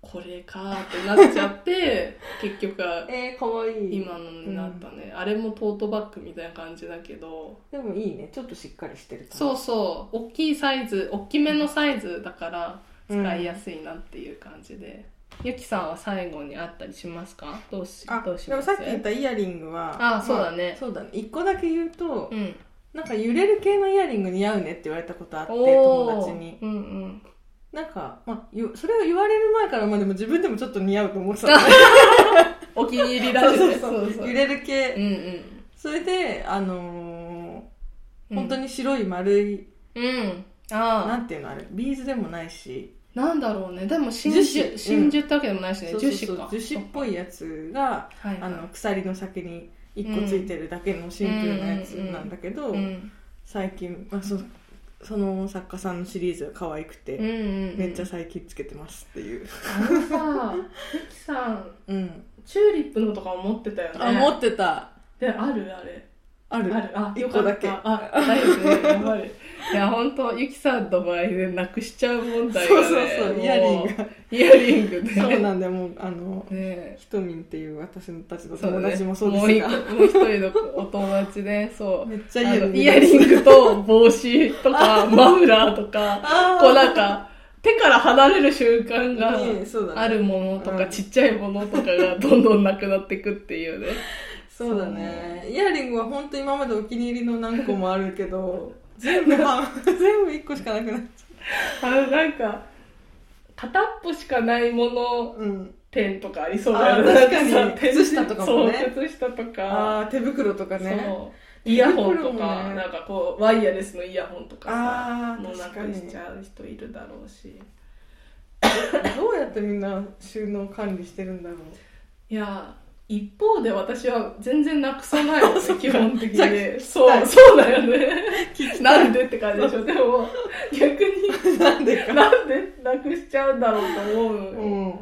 Speaker 1: これかーってなっちゃって 結局は
Speaker 2: えー、かわいい
Speaker 1: 今のになったね、あれもトートバッグみたいな感じだけど
Speaker 2: でもいいねちょっとしっかりしてる感じ
Speaker 1: そうそう大きいサイズ大きめのサイズだから
Speaker 2: うん
Speaker 1: 使いやすいなっていう感じで、ゆきさんは最後にあったりしますかどうし
Speaker 2: あ
Speaker 1: どうし
Speaker 2: で
Speaker 1: ま
Speaker 2: も
Speaker 1: す
Speaker 2: さっき言ったイヤリングは
Speaker 1: あそうだね
Speaker 2: まあそうだね一個だけ言うと、
Speaker 1: うん
Speaker 2: なんか揺れる系のイヤリング似合うねって言われたことあって
Speaker 1: お
Speaker 2: 友
Speaker 1: ー
Speaker 2: 達に
Speaker 1: うんうん
Speaker 2: なんか、まあ、よそれを言われる前からまあでも自分でもちょっと似合うと思ってたの
Speaker 1: お気に入りだしね
Speaker 2: そうそうそう
Speaker 1: う
Speaker 2: 揺れる系、
Speaker 1: ん
Speaker 2: それであの
Speaker 1: う
Speaker 2: ー
Speaker 1: ん
Speaker 2: 本当に白い丸い、
Speaker 1: うんああ
Speaker 2: なんていうのあれビーズでもないし
Speaker 1: なんだろうねでも真
Speaker 2: 樹
Speaker 1: 珠
Speaker 2: 脂
Speaker 1: 真珠ってわけでもないしね
Speaker 2: そう
Speaker 1: 樹
Speaker 2: そう
Speaker 1: 脂
Speaker 2: そう
Speaker 1: か
Speaker 2: 樹脂っぽいやつが
Speaker 1: はい
Speaker 2: あ
Speaker 1: はい
Speaker 2: の鎖の先に1個ついてるだけのシンプルなやつなんだけど、
Speaker 1: うん
Speaker 2: 最近、まあ、そその作家さんのシリーズが可愛くて、
Speaker 1: うんうんうん
Speaker 2: めっちゃ最近つけてますっていう、
Speaker 1: あのさゆきさん
Speaker 2: うん、
Speaker 1: チューリップのとか持ってたよね
Speaker 2: あ持ってた
Speaker 1: であるあれ
Speaker 2: ある
Speaker 1: あるあ
Speaker 2: 一
Speaker 1: よ
Speaker 2: 個
Speaker 1: か
Speaker 2: だ
Speaker 1: っ
Speaker 2: け
Speaker 1: たあないですねやばいいや本当ゆきさんの場合でなくしちゃう問題が
Speaker 2: そ
Speaker 1: ね
Speaker 2: うそうそう
Speaker 1: も
Speaker 2: イヤリング
Speaker 1: イヤリングで
Speaker 2: そう
Speaker 1: ね
Speaker 2: なんだよもうあの
Speaker 1: え
Speaker 2: ひとみんっていう私たちの
Speaker 1: そう
Speaker 2: 友
Speaker 1: ね
Speaker 2: 達もそうですが、
Speaker 1: もう一個もう一人のお友達ねそう
Speaker 2: めっちゃイヤ
Speaker 1: あ
Speaker 2: リン
Speaker 1: の
Speaker 2: グ
Speaker 1: イヤリングと帽子とかマフラーとか
Speaker 2: あー
Speaker 1: こうなんか手から離れる瞬間が
Speaker 2: ねえそうだね
Speaker 1: あるものとか、
Speaker 2: うん
Speaker 1: ちっちゃいものとかがどんどんなくなっていくっていう ね
Speaker 2: そうだねイヤリングは本当今までお気に入りの何個もあるけ ど全部半全部1個しかなくなっち
Speaker 1: あのなんか片っぽしかないもの
Speaker 2: ゃう、うん、
Speaker 1: 点とかありそうだよね
Speaker 2: あ確かに
Speaker 1: なんさ点
Speaker 2: 靴下とかもね
Speaker 1: そう靴下とか
Speaker 2: ああー手袋とかね
Speaker 1: そうイヤホンと
Speaker 2: 手袋
Speaker 1: か、
Speaker 2: もね
Speaker 1: なんかこうワイヤレスのイヤホンとか
Speaker 2: あ
Speaker 1: さ
Speaker 2: ー
Speaker 1: もうな
Speaker 2: 確
Speaker 1: ん
Speaker 2: か
Speaker 1: か
Speaker 2: に
Speaker 1: しちゃう人いるだろうし
Speaker 2: どうやってみんな収納管理してるんだろう
Speaker 1: いや一方で私は全然なくさないよね基本的
Speaker 2: じゃあ
Speaker 1: に
Speaker 2: た
Speaker 1: そう
Speaker 2: い
Speaker 1: そうだよねなんでって感じでしょでも逆に
Speaker 2: なんで か
Speaker 1: なんでなくしちゃうんだろうと思うのよ、
Speaker 2: うん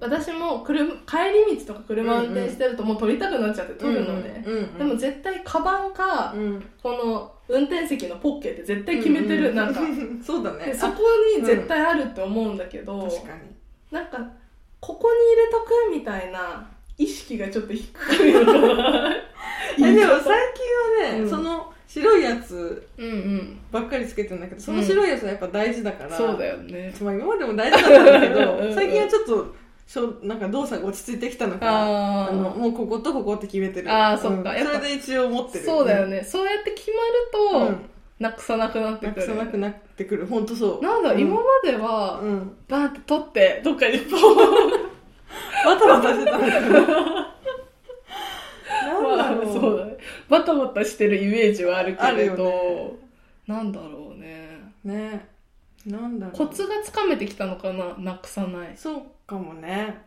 Speaker 1: 私も車帰り道とか車運転してるともう撮りたくなっちゃって撮るのね、
Speaker 2: うんうん、
Speaker 1: でも絶対カバンか、
Speaker 2: うん
Speaker 1: この運転席のポッケって絶対決めてる、
Speaker 2: うう
Speaker 1: なんか
Speaker 2: そうだね
Speaker 1: で
Speaker 2: あ
Speaker 1: そこに絶対あるって思うんだけど、
Speaker 2: 確かに
Speaker 1: なんかここに入れとくみたいな意識がちょっと低いのかな
Speaker 2: えでも最近はね、
Speaker 1: うん
Speaker 2: その白いやつ
Speaker 1: うんうん
Speaker 2: ばっかりつけてるんだけどその白いやつはやっぱ大事だから、
Speaker 1: そうだよね
Speaker 2: まあ今までも大事だったんだけ
Speaker 1: うんう
Speaker 2: ど
Speaker 1: ん
Speaker 2: 最近はちょっとしょなんか動作が落ち着いてきたのか
Speaker 1: あ
Speaker 2: あの
Speaker 1: あ
Speaker 2: もうこことここって決めてる
Speaker 1: あーそっか
Speaker 2: うん
Speaker 1: やっぱ
Speaker 2: それで一応持ってる
Speaker 1: そうだよね、そうやって決ま
Speaker 2: う
Speaker 1: ると、
Speaker 2: ん
Speaker 1: なくさなくなって
Speaker 2: な
Speaker 1: く
Speaker 2: く
Speaker 1: る
Speaker 2: さなくなってくる本当そう
Speaker 1: なんだ、
Speaker 2: う
Speaker 1: 今までは、
Speaker 2: うん
Speaker 1: バーって取ってどっかにポーン
Speaker 2: バタバタしてたんだけどなんだろう
Speaker 1: そうだねバタバタしてるイメージはあるけれど、
Speaker 2: あるよ
Speaker 1: なんだろうね
Speaker 2: ねなんだろう
Speaker 1: コツがつかめてきたのかななくさない
Speaker 2: そうかもね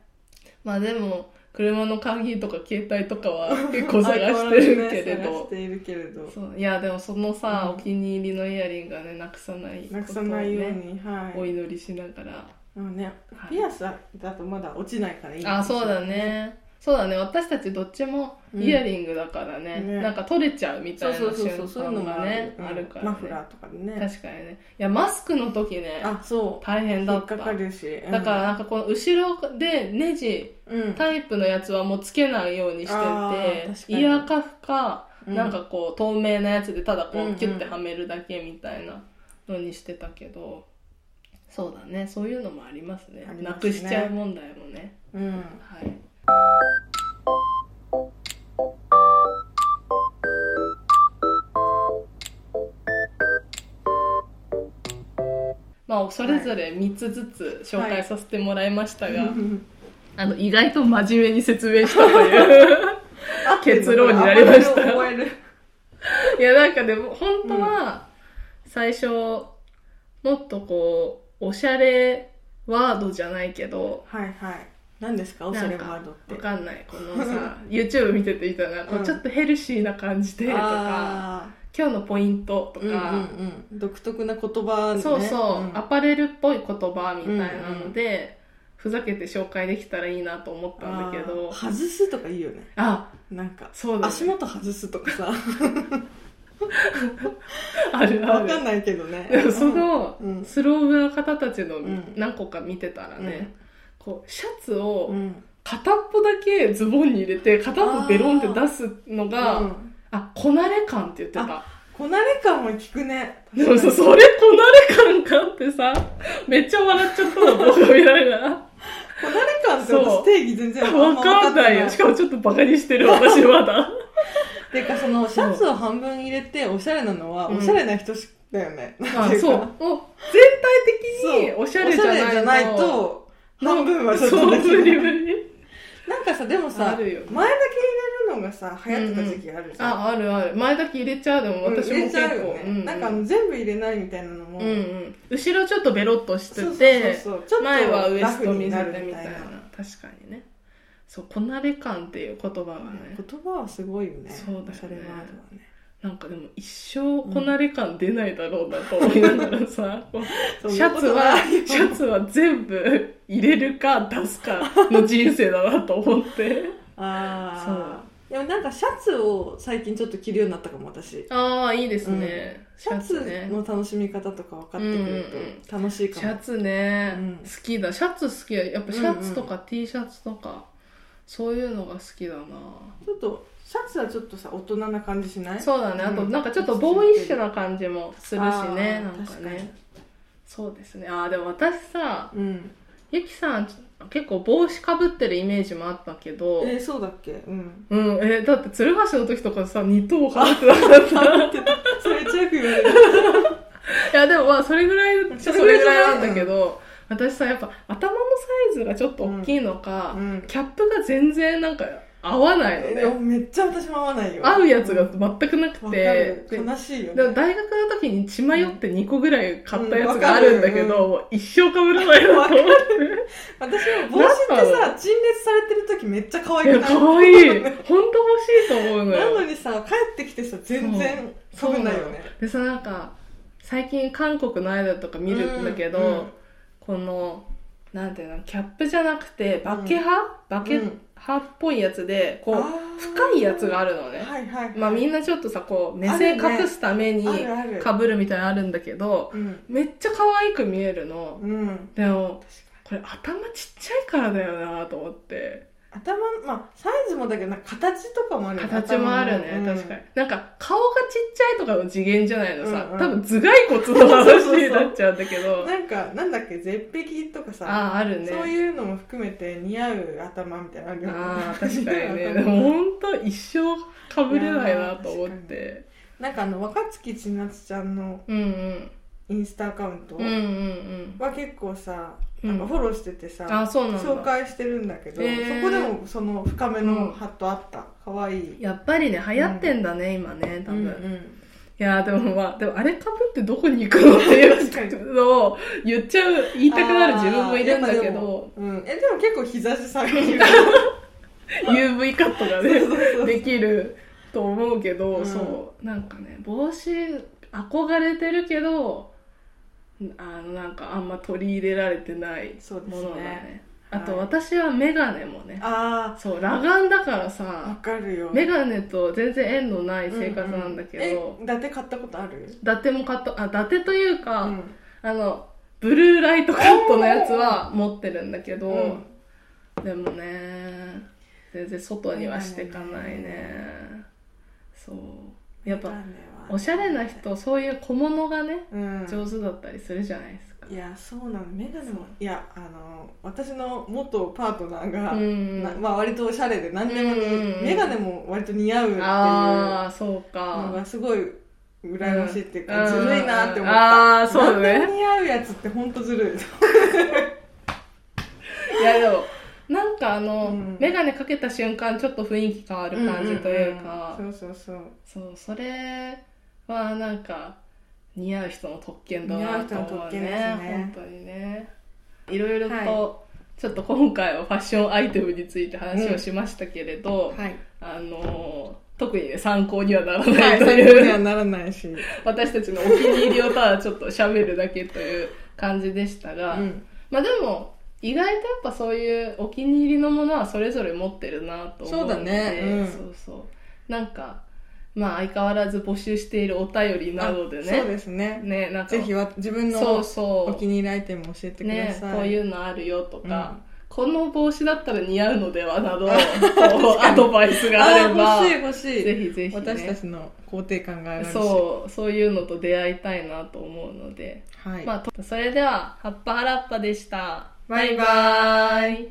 Speaker 1: まあでも車の鍵とか携帯とか は結構探してるけれ
Speaker 2: 相変わらずね探し
Speaker 1: ど、
Speaker 2: ているけれど
Speaker 1: そういやでもそのさ、
Speaker 2: う
Speaker 1: お
Speaker 2: ん
Speaker 1: 気に入りのイヤリングがねなくさないことを、ね、
Speaker 2: なくさないように、はい
Speaker 1: お祈りしながら
Speaker 2: でもね
Speaker 1: はい
Speaker 2: ピアスだとまだ落ちないからいい
Speaker 1: あそうだねそうだね私たちどっちもイヤリングだからね,、
Speaker 2: うんね
Speaker 1: なんか取れちゃうみた
Speaker 2: そ
Speaker 1: いうな
Speaker 2: そうそうそうそういう
Speaker 1: 瞬
Speaker 2: の
Speaker 1: 間
Speaker 2: も
Speaker 1: がね
Speaker 2: うん
Speaker 1: あるから、ね、
Speaker 2: マフラーとかでね
Speaker 1: 確かにねいやマスクの時ね
Speaker 2: あそう
Speaker 1: 大変だ
Speaker 2: 引
Speaker 1: っ
Speaker 2: ったかかるしうん
Speaker 1: だからなんかこの後ろでネジ
Speaker 2: うん
Speaker 1: タイプのやつはもうつけないようにして
Speaker 2: あー確
Speaker 1: て
Speaker 2: かに
Speaker 1: イヤーカフか、
Speaker 2: うん
Speaker 1: なんかこう透明なやつでただこ
Speaker 2: うんう
Speaker 1: うんキュッてはめるだけみたいなのにしてたけど、そうだねそういうのもありますね
Speaker 2: ありますね
Speaker 1: なくしちゃう問題もね
Speaker 2: うん
Speaker 1: はいまあ、それぞれ3つずつ紹介させてもらいましたが、 あの意外と真面目に説明したという結論になりました
Speaker 2: あこれを覚える
Speaker 1: いやなんかでも本当は最初もっとこうおしゃれワードじゃないけど
Speaker 2: はいはい何ですかオシャレ
Speaker 1: なんか
Speaker 2: ワードって
Speaker 1: わかんないこの さ YouTube 見てていたらこ
Speaker 2: うん
Speaker 1: うちょっとヘルシーな感じでとか、
Speaker 2: あ
Speaker 1: 今日のポイントと
Speaker 2: ー
Speaker 1: か、
Speaker 2: うんうんうん、独特な言葉、ね、
Speaker 1: そうそう、
Speaker 2: ん
Speaker 1: アパレルっぽい言葉みたいなので、ふざけて紹介できたらいいなと思ったんだけど
Speaker 2: あー外すとか言うよね
Speaker 1: あ
Speaker 2: なんか
Speaker 1: そうだ、ね、
Speaker 2: 足元外すと かさ
Speaker 1: あるあ
Speaker 2: わ
Speaker 1: る
Speaker 2: かんないけどね
Speaker 1: でもその
Speaker 2: うん
Speaker 1: スローブの方たちの
Speaker 2: ん
Speaker 1: 何個か見てたらね、
Speaker 2: うん
Speaker 1: こうシャツ
Speaker 2: う
Speaker 1: を
Speaker 2: ん
Speaker 1: 片っぽだけズボンに入れて片っぽベロンって出すのが、
Speaker 2: うん
Speaker 1: あこなれ感って言ってた
Speaker 2: こなれ感も聞くね
Speaker 1: でもさそれこなれ感かってさめっちゃ笑っちゃったの動画見ながら
Speaker 2: こなれ感って
Speaker 1: そ
Speaker 2: 私
Speaker 1: う
Speaker 2: 定義全然あんま
Speaker 1: わかんないよしかもちょっとバカにしてる私ま だ
Speaker 2: てかそのシャツを半分入れておしゃれなのは
Speaker 1: うん
Speaker 2: おしゃれな人しだよね、
Speaker 1: まあ
Speaker 2: なんてい
Speaker 1: そうも
Speaker 2: か
Speaker 1: う全体的に
Speaker 2: そう
Speaker 1: おしゃれじゃないと
Speaker 2: おしゃれじゃないと半分はちょっ
Speaker 1: そう
Speaker 2: と
Speaker 1: 無理
Speaker 2: ね
Speaker 1: 無理
Speaker 2: なんかさでもさ
Speaker 1: あるよ
Speaker 2: 前だけ入れるのがさ流行ってた時期あるじゃん、
Speaker 1: ああるある前だけ入れちゃうでも
Speaker 2: うん
Speaker 1: 私も
Speaker 2: 入れ
Speaker 1: 結
Speaker 2: ちゃう
Speaker 1: 構
Speaker 2: よね、なんかあ
Speaker 1: う
Speaker 2: の
Speaker 1: ん
Speaker 2: 全部入れないみたいなのも、
Speaker 1: うん後ろちょっとベロっとしてて
Speaker 2: そうそうそうそうちょっと
Speaker 1: 前はウエ
Speaker 2: ラ
Speaker 1: ス
Speaker 2: フ
Speaker 1: ト見
Speaker 2: にな
Speaker 1: せ
Speaker 2: る
Speaker 1: てみ
Speaker 2: み
Speaker 1: た
Speaker 2: た
Speaker 1: い
Speaker 2: い
Speaker 1: な
Speaker 2: な
Speaker 1: 確かにねそうこなれ感っていう言葉がね、
Speaker 2: 言葉はすごいよね
Speaker 1: そうだよね
Speaker 2: おしゃれワードはね
Speaker 1: なんかでも一生こなれ感出ないだろうなと思いながら さ、こう
Speaker 2: そん
Speaker 1: シ
Speaker 2: な
Speaker 1: ャ
Speaker 2: こ
Speaker 1: ツ
Speaker 2: と
Speaker 1: は
Speaker 2: ないよ
Speaker 1: シャツは全部入れるか出すかの人生だなと思って
Speaker 2: ああでもなんかシャツを最近ちょっと着るようになったかも私
Speaker 1: ああいいです
Speaker 2: ね、シャツの楽しみ方とか分かってくると楽しい
Speaker 1: シ
Speaker 2: かも、
Speaker 1: ャツね、
Speaker 2: うん
Speaker 1: 好きだシャツ好きだやっぱシャツとか T シャツとか、そういうのが好きだな
Speaker 2: ちょっとシャツはちょっとさ大人な感じしない
Speaker 1: そうだねあと
Speaker 2: うん
Speaker 1: なんかちょっとボーイッシュな感じもするし
Speaker 2: あー
Speaker 1: ねなんか
Speaker 2: 確かに
Speaker 1: ねそうですねあーでも私さ
Speaker 2: うん
Speaker 1: ゆきさん結構帽子かぶってるイメージもあったけど
Speaker 2: えー、そうだっけうん
Speaker 1: うんえーだって鶴橋の時とかさ2等かぶってなかった
Speaker 2: それめっちゃよく言われる
Speaker 1: いやでもまあそれぐらいそ
Speaker 2: それ
Speaker 1: れ
Speaker 2: ぐ
Speaker 1: ぐ
Speaker 2: らい
Speaker 1: らいなんだけど、私さやっぱ頭のサイズがちょっと大きいのか、
Speaker 2: うん
Speaker 1: キャップが全然なんか合わないの
Speaker 2: え
Speaker 1: ね、
Speaker 2: でもめっちゃ私も合わないよ
Speaker 1: 合うやつが
Speaker 2: ん
Speaker 1: 全くなく
Speaker 2: わか
Speaker 1: て
Speaker 2: る、
Speaker 1: で
Speaker 2: 悲しい
Speaker 1: だ
Speaker 2: よ
Speaker 1: から
Speaker 2: ね
Speaker 1: 大学の時に血迷って2個ぐらい買ったやつが
Speaker 2: う
Speaker 1: あ
Speaker 2: ん
Speaker 1: るんだけど、もう一生かぶらないなと思 っ
Speaker 2: 私も帽子って
Speaker 1: な
Speaker 2: さ陳列されてる時めっちゃ可
Speaker 1: ていや
Speaker 2: 愛くない
Speaker 1: 可愛い本当欲しいと思うの
Speaker 2: な
Speaker 1: よ
Speaker 2: のにさ帰ってきてさ全然か
Speaker 1: そう
Speaker 2: ぶん
Speaker 1: な
Speaker 2: ない
Speaker 1: の
Speaker 2: よね
Speaker 1: でさなんか最近韓国のアイドルとか見るんだけど、
Speaker 2: うんうん
Speaker 1: このなんていうのキャップじゃなくてバケハ、バケハっぽいやつでこう
Speaker 2: あー
Speaker 1: 深いやつがあるのね
Speaker 2: はいはい
Speaker 1: まあみんなちょっとさこう目線隠すために
Speaker 2: あるある
Speaker 1: かぶるみたいなのあるんだけど
Speaker 2: うん
Speaker 1: めっちゃ可愛く見えるの
Speaker 2: うん
Speaker 1: でも
Speaker 2: 確か
Speaker 1: これ頭ちっちゃいからだよなと思って
Speaker 2: に頭まあサイズもだけどなんか形とかもあるよね
Speaker 1: 形もあるね、
Speaker 2: 頭のうん
Speaker 1: 確かになんか顔がちっちゃいとかの次元じゃないのさ、
Speaker 2: うんうん
Speaker 1: 多分頭蓋骨の話になっちゃうんだけど
Speaker 2: なんかなんだっけ絶壁とかさ
Speaker 1: あああるね
Speaker 2: そういうのも含めて似合う頭みたいなのあるよね
Speaker 1: あー確かにねで
Speaker 2: 似合う頭
Speaker 1: も本当一生かぶれないなと思って
Speaker 2: なんかあの若槻千夏ちゃんの
Speaker 1: うんうん
Speaker 2: インスタアカウント
Speaker 1: うんうん
Speaker 2: は結構さ、
Speaker 1: うん
Speaker 2: なんかフォローしててさ、
Speaker 1: うんあそうなん
Speaker 2: 紹
Speaker 1: だ
Speaker 2: 介してるんだけど、
Speaker 1: へー
Speaker 2: そこでもその深めのハットあった可愛、いい
Speaker 1: やっぱりね流行ってんだね、今ね多分、
Speaker 2: うん
Speaker 1: い
Speaker 2: うん
Speaker 1: やーでもまあでもあれかぶってどこに行くのっていうのを言っちゃう言いたくなる自分もいるんだ
Speaker 2: あー
Speaker 1: け
Speaker 2: やっぱでも
Speaker 1: ど
Speaker 2: うん、えでも結構日差しさが
Speaker 1: UV カットがねできると思うけど、
Speaker 2: うん
Speaker 1: そうなんかね帽子憧れてるけどあのなんかあんま取り入れられてない
Speaker 2: そうで
Speaker 1: も
Speaker 2: す
Speaker 1: のだね
Speaker 2: ね
Speaker 1: あと
Speaker 2: はい
Speaker 1: 私はメガネもね
Speaker 2: あ
Speaker 1: そう裸眼だから
Speaker 2: あわ
Speaker 1: さ
Speaker 2: かるよ
Speaker 1: メガネと全然縁のない生活なんだけど、
Speaker 2: うんうんえだって買ったことある
Speaker 1: 伊達も買ったあ伊達というか、
Speaker 2: うん
Speaker 1: あのブルーライトカットのやつは持ってるんだけど、
Speaker 2: うん
Speaker 1: でもね全然外にはしてかないね
Speaker 2: メガネ
Speaker 1: そうやっ
Speaker 2: メ
Speaker 1: ぱ
Speaker 2: ガネは
Speaker 1: おしゃれな人そういう小物がね
Speaker 2: うん
Speaker 1: 上手だったりするじゃないですか
Speaker 2: いやそうなのメガネもいやあの私の元パートナーが、
Speaker 1: うん
Speaker 2: なまあ、割とおしゃれで何でも、
Speaker 1: うん
Speaker 2: メガネも割と似合うっていう
Speaker 1: ああそう
Speaker 2: の
Speaker 1: か
Speaker 2: がすごい羨ましいっていうか、
Speaker 1: うん
Speaker 2: ずるいなって思った、
Speaker 1: あーそうね
Speaker 2: 何でも似合うやつって本当ずるい
Speaker 1: いやでもなんかあの、
Speaker 2: うん
Speaker 1: メガネかけた瞬間ちょっと雰囲気変わる感じというか、
Speaker 2: うんうんうんそうそうそう
Speaker 1: そうそれはなんか似合う人の特権だ
Speaker 2: 似合
Speaker 1: な
Speaker 2: う人
Speaker 1: と
Speaker 2: の
Speaker 1: 思
Speaker 2: 特
Speaker 1: うね
Speaker 2: 権ですね
Speaker 1: 本当にねいろいろと、
Speaker 2: は
Speaker 1: ちょっと今回はファッションアイテムについて話をしましたけれど、
Speaker 2: はい。
Speaker 1: あのー特にね参考にはならな
Speaker 2: はいい、
Speaker 1: と
Speaker 2: そう
Speaker 1: い
Speaker 2: いうこと
Speaker 1: う、
Speaker 2: にはならないし。
Speaker 1: 私たちのお気に入りをただちょっと喋るだけという感じでした
Speaker 2: う
Speaker 1: が、
Speaker 2: ん。
Speaker 1: まあでも意外とやっぱそういうお気に入りのものはそれぞれ持ってるなと思うので
Speaker 2: そうだねうん
Speaker 1: そうそうなんかまあ相変わらず募集しているお便りなどで
Speaker 2: あそう
Speaker 1: ね
Speaker 2: ですね。
Speaker 1: ねなんか
Speaker 2: ぜひは自分
Speaker 1: そ
Speaker 2: の
Speaker 1: うそう
Speaker 2: お気に入りアイテムを教えてくだ
Speaker 1: ね
Speaker 2: さい。
Speaker 1: こういうのあるよとか、
Speaker 2: うん
Speaker 1: この帽子だったら似合うのではなどこうアドバイスがあれば
Speaker 2: あー欲しい欲しい。
Speaker 1: ぜひぜひ、ね、
Speaker 2: 私たちの肯定感が上がるし。
Speaker 1: そうそういうのと出会いたいなと思うので、
Speaker 2: はい。
Speaker 1: まあとそれでは「葉っぱ原っぱ」でした
Speaker 2: バイバ
Speaker 1: バイバーイ